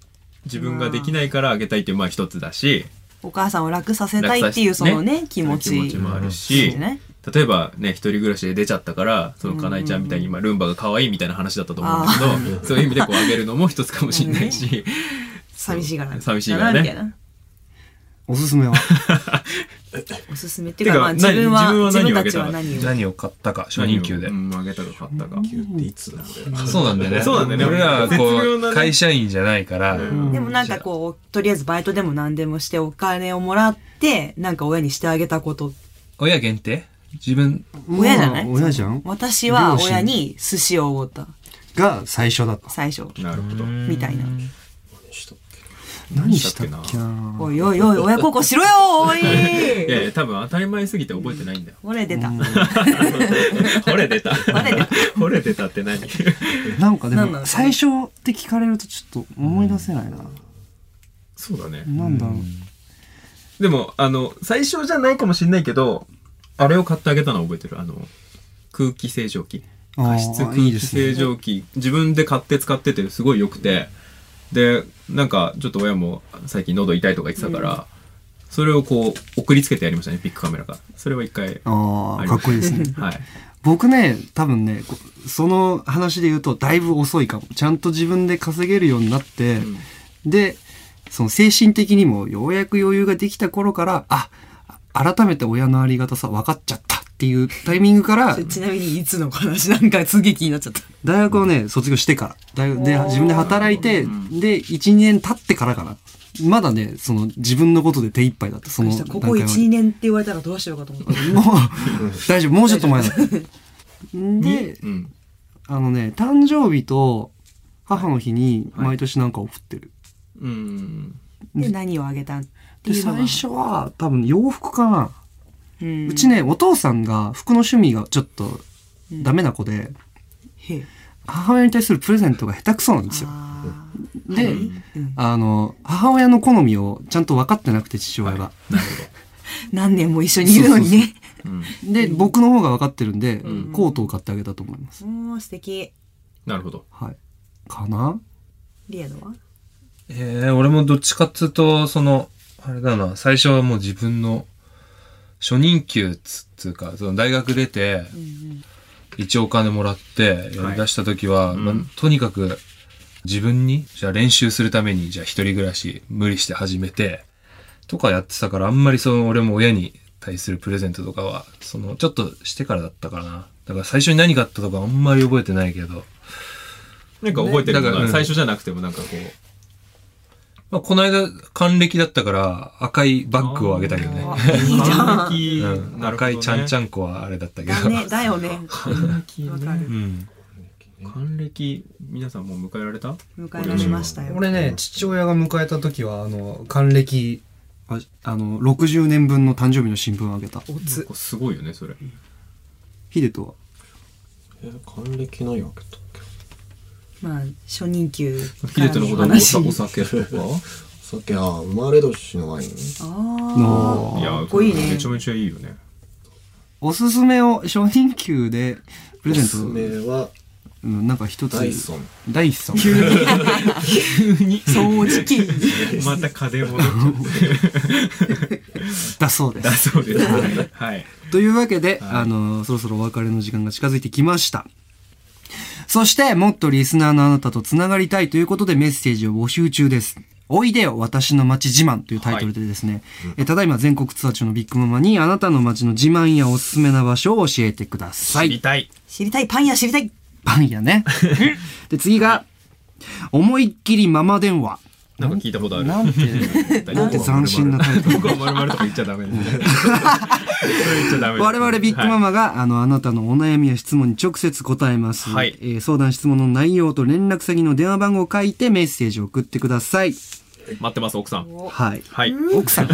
[SPEAKER 7] 自分ができないからあげたいっていう、まあ一つだし、
[SPEAKER 6] お母さんを楽させたいっていうそのね、気持ち。
[SPEAKER 7] 気持ちもあるし、
[SPEAKER 6] そうね
[SPEAKER 7] 例えばね、一人暮らしで出ちゃったから、そのかなえちゃんみたいに、まあ、ルンバが可愛いみたいな話だったと思うんだけ
[SPEAKER 6] あ
[SPEAKER 7] ど、
[SPEAKER 6] ー
[SPEAKER 7] そういう意味でこうあげるのも一つかもしれな いし、
[SPEAKER 6] 寂しいから。
[SPEAKER 7] 寂しいからね
[SPEAKER 6] みたいな。
[SPEAKER 5] おすすめは
[SPEAKER 6] おすすめっていうか、まあ自分は、自分たちは何を。
[SPEAKER 8] 何を買ったか、初任給で。
[SPEAKER 7] うん、あげたか買ったか。
[SPEAKER 14] いつなんだよ
[SPEAKER 8] そうなんだよね。
[SPEAKER 7] そうなんだよね
[SPEAKER 8] 俺らは
[SPEAKER 7] 絶
[SPEAKER 8] こ
[SPEAKER 7] 妙
[SPEAKER 8] う、
[SPEAKER 7] なね
[SPEAKER 8] 会社員じゃないから、
[SPEAKER 6] でもなんかこう、とりあえずバイトでも何でもしてお金をもらって、なんか親にしてあげたこと。
[SPEAKER 8] 親限定自分、
[SPEAKER 6] 親じゃない
[SPEAKER 5] 親じゃん
[SPEAKER 6] 私は
[SPEAKER 5] 両親
[SPEAKER 6] 親に寿司をおごった。
[SPEAKER 5] が最初だった。
[SPEAKER 6] 最初。
[SPEAKER 7] なるほど。
[SPEAKER 6] みたいな。
[SPEAKER 5] 何したっけな
[SPEAKER 6] おいおいおい、親孝行しろよおい
[SPEAKER 7] いやいや、多分当たり前すぎて覚えてないんだ よ。
[SPEAKER 6] ほれ出た。
[SPEAKER 7] ほれ出た。ほ れ出た。ほれ出たって何
[SPEAKER 5] なんかで
[SPEAKER 6] なんな
[SPEAKER 5] も、
[SPEAKER 6] の
[SPEAKER 5] 最初って聞かれるとちょっと思い出せないな。
[SPEAKER 7] そうだね。
[SPEAKER 5] なんだろう。
[SPEAKER 7] でも、あの、最初じゃないかもしれないけど、あれを買ってあげたのは覚えてる。あの、空気清浄機。
[SPEAKER 5] あー
[SPEAKER 7] 加湿空気清浄機。自分で買って使ってて、すごい良くて。で、なんか、ちょっと親も最近喉痛いとか言ってたから、それをこう、送りつけてやりましたね、ビッグカメラが。それは一回。
[SPEAKER 5] ああ、
[SPEAKER 7] り
[SPEAKER 5] か
[SPEAKER 7] ま。
[SPEAKER 5] っこいいですね
[SPEAKER 7] はい。
[SPEAKER 5] 僕ね、多分ね、こその話で言うとだいぶ遅いかも。ちゃんと自分で稼げるようになって、で、その精神的にもようやく余裕ができた頃から、あ、改めて親のありがたさ分かっちゃったっていうタイミングから
[SPEAKER 6] それ、 ちなみにいつの話なんかすげえ気になっちゃった。
[SPEAKER 5] 大学をね、卒業してから。大学で、
[SPEAKER 6] おー
[SPEAKER 5] 自分で働いて、で、1、2年経ってからかな。まだね、その自分のことで手一杯だった。その
[SPEAKER 6] ここ1、
[SPEAKER 5] は
[SPEAKER 6] 2年って言われたらどうしようかと思った。
[SPEAKER 5] もう、大丈夫、もうちょっと前だ。で、あのね、誕生日と母の日に毎年なんか送ってる。
[SPEAKER 7] うん。
[SPEAKER 6] で、何をあげたって
[SPEAKER 5] で、
[SPEAKER 6] いうのは
[SPEAKER 5] 最初は多分洋服かな。
[SPEAKER 6] うん
[SPEAKER 5] うちね、お父さんが服の趣味がちょっとダメな子で、
[SPEAKER 6] へえ
[SPEAKER 5] 母親に対するプレゼントが下手くそなんですよ。で、
[SPEAKER 6] うん
[SPEAKER 5] あの、母親の好みをちゃんと分かってなくて、父親が。
[SPEAKER 6] 何年も一緒にいるのにね。
[SPEAKER 5] で、僕の方が分かってるんで、コートを買ってあげたと思います。
[SPEAKER 6] もう素敵。
[SPEAKER 7] なるほど。
[SPEAKER 5] はい。かな
[SPEAKER 6] リアドは
[SPEAKER 8] えー、俺もどっちかっつうと、その、あれだな、最初はもう自分の初任給っつつうか、その大学出て、一応お金もらってやり出した時は、まあとにかく自分に、じゃあ練習するために、じゃあ一人暮らし無理して始めて、とかやってたから、あんまりその俺も親に対するプレゼントとかは、そのちょっとしてからだったからな。だから最初に何買ったとかあんまり覚えてないけど。
[SPEAKER 7] なんか覚えて
[SPEAKER 8] ねだ
[SPEAKER 7] るの
[SPEAKER 8] から
[SPEAKER 7] が、
[SPEAKER 8] うん
[SPEAKER 7] 最初じゃなくてもなんかこう、
[SPEAKER 8] まあ、この間、還暦だったから、赤いバッグをあげたけどね。
[SPEAKER 6] いいじゃん還
[SPEAKER 7] 暦
[SPEAKER 8] うん赤いちゃんちゃんこはあれだったけど。
[SPEAKER 6] だね、だよね。 わ
[SPEAKER 8] う
[SPEAKER 6] かる。
[SPEAKER 8] ん。
[SPEAKER 7] 還暦、皆さんもう迎えられた
[SPEAKER 6] 迎えられましたよ。
[SPEAKER 16] 俺ね、父親が迎えた時は、あの、還暦、
[SPEAKER 5] ああの、60年分の誕生日の新聞をあげた。
[SPEAKER 7] なんかすごいよね、それ。
[SPEAKER 5] ヒデと
[SPEAKER 14] え還暦ないわけと
[SPEAKER 6] まあ、初任給
[SPEAKER 14] ヒ
[SPEAKER 6] から
[SPEAKER 14] デとのことはお
[SPEAKER 6] 話
[SPEAKER 14] 酒お酒とかお酒ああ生まれ年のワイン
[SPEAKER 6] あ
[SPEAKER 7] いや、
[SPEAKER 6] かっこいいね
[SPEAKER 7] めちゃめちゃいいよね。
[SPEAKER 5] おすすめを初任給でプレ
[SPEAKER 14] お
[SPEAKER 5] ゼント。
[SPEAKER 14] すすめは、
[SPEAKER 5] うん、なんか一つ。
[SPEAKER 14] ダイソン。
[SPEAKER 5] ダ イソン。
[SPEAKER 14] 急に
[SPEAKER 7] 急に
[SPEAKER 6] 掃除 機
[SPEAKER 7] また風戻っちゃって。
[SPEAKER 5] だそうです。
[SPEAKER 7] だそうです
[SPEAKER 5] はい
[SPEAKER 7] はい。
[SPEAKER 5] というわけで、あの、そろそろお別れの時間が近づいてきました。そして、もっとリスナーのあなたとつながりたいということでメッセージを募集中です。おいでよ、私の街自慢というタイトルでですね、えただいま全国ツアー中のビッグママにあなたの街の自慢やおすすめな場所を教えてください。知り
[SPEAKER 7] たい。
[SPEAKER 6] 知りたい、パン屋知りたい。
[SPEAKER 5] パン屋ね。で、次が、思いっきりママ電話。
[SPEAKER 7] なんか聞いたことある。
[SPEAKER 5] なんて、なんて斬新なタイトル。
[SPEAKER 7] 僕は丸々とか言っちゃダメですね。言っちゃダメです
[SPEAKER 5] 我々ビッグママが、あのあなたのお悩みや質問に直接答えます、
[SPEAKER 7] はい
[SPEAKER 5] えー相談質問の内容と連絡先の電話番号を書いてメッセージを送ってください
[SPEAKER 7] 待ってます、奥さん。
[SPEAKER 5] はい、
[SPEAKER 7] はい。
[SPEAKER 5] 奥さん。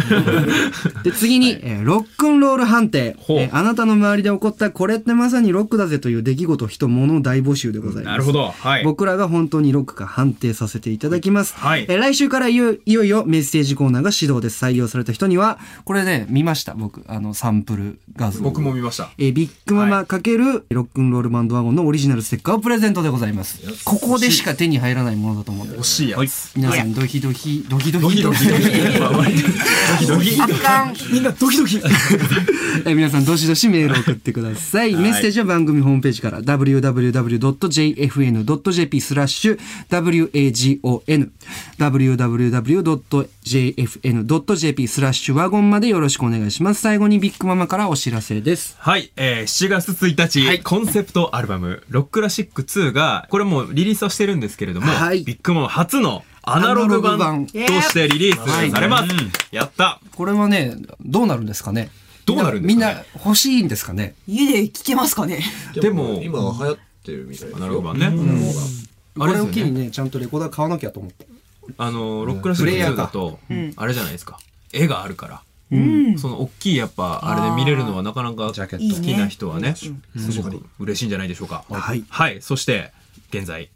[SPEAKER 5] で次に、えーロックンロール判定、えーあなたの周りで起こったこれってまさにロックだぜという出来事人物を大募集でございます
[SPEAKER 7] なるほど。はい。
[SPEAKER 5] 僕らが本当にロックか判定させていただきます。
[SPEAKER 7] はい
[SPEAKER 5] えー来週からいよいよいよメッセージコーナーが始動です。採用された人には、これね、見ました、僕、あの、サンプル画像。
[SPEAKER 7] 僕も見ました。
[SPEAKER 5] えービッグママ×ロックンロールバンドワゴンのオリジナルステッカーをプレゼントでございます。ここでしか手に入らないものだと思って惜しいやつ。皆さん、ドキドキ、ドキドキ、ドキドキ。ドキドキ。みんなドキドキ。 え皆さんどしどしメールを送ってください。
[SPEAKER 17] はい
[SPEAKER 5] メッセージは番組ホームページから www.jfn.jp スラッシュ wagon www.jfn.jp スラッシュワゴンまでよろしくお願いします。最後にビッグママからお知らせです。
[SPEAKER 7] はい、えー、7月1日、コンセプトアルバム、ロックラシック2が、これもうリリースはしてるんですけれども、ビッグママ初のアナログ
[SPEAKER 5] アナロ
[SPEAKER 7] 版
[SPEAKER 5] グ
[SPEAKER 7] と
[SPEAKER 5] 版
[SPEAKER 7] してリリースされます。
[SPEAKER 5] はい
[SPEAKER 7] やった。
[SPEAKER 5] これはね、どうなるんですかねどうなるんですか、みんな欲しいんですかね
[SPEAKER 6] 家で聞けますかね
[SPEAKER 7] でも、
[SPEAKER 14] 今流行ってるみたいですよ。
[SPEAKER 7] アナログ版ね。
[SPEAKER 5] こ
[SPEAKER 7] あれ
[SPEAKER 5] れ
[SPEAKER 7] です
[SPEAKER 5] を
[SPEAKER 7] よ
[SPEAKER 5] 機に
[SPEAKER 7] ね、
[SPEAKER 5] ね、ちゃんとレコーダー買わなきゃと思って。
[SPEAKER 7] あの、ロックラシック
[SPEAKER 5] プレイヤー
[SPEAKER 7] 2
[SPEAKER 5] か
[SPEAKER 7] だと
[SPEAKER 5] うん、
[SPEAKER 7] あれじゃないですか、絵があるから。
[SPEAKER 5] うん
[SPEAKER 7] その大きいやっぱあれで見れるのはなかなか好
[SPEAKER 5] ット
[SPEAKER 7] きな人はね
[SPEAKER 5] いいね
[SPEAKER 7] すごく嬉しいんじゃないでしょうか
[SPEAKER 5] はい、
[SPEAKER 7] はい、そして現在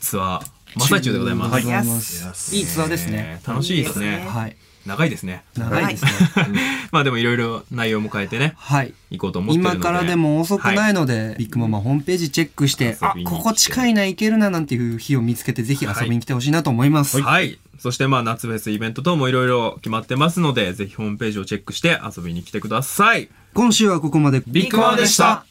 [SPEAKER 7] ツアー真っ最中でございます
[SPEAKER 5] 中でございますいいツアーですね
[SPEAKER 7] えー楽しいです
[SPEAKER 5] いいで
[SPEAKER 7] ね
[SPEAKER 5] すねはい
[SPEAKER 7] 長いですね
[SPEAKER 5] 長いですね
[SPEAKER 7] はいまあでもいろいろ内容も変えてね
[SPEAKER 5] はい
[SPEAKER 7] 行こうと思ってるので
[SPEAKER 5] 今からでも遅くない
[SPEAKER 7] の
[SPEAKER 5] ので、ビッグママホームページチェックして、あ
[SPEAKER 7] 遊び、に来て
[SPEAKER 5] ここ近いな、行けるな、なんていう日を見つけて、ぜひ遊びに来てほしいなと思います。
[SPEAKER 7] はいそしてまあ夏フェスイベント等もいろいろ決まってますのでぜひホームページをチェックして遊びに来てください
[SPEAKER 5] 今週はここまで。
[SPEAKER 7] ビッグママでした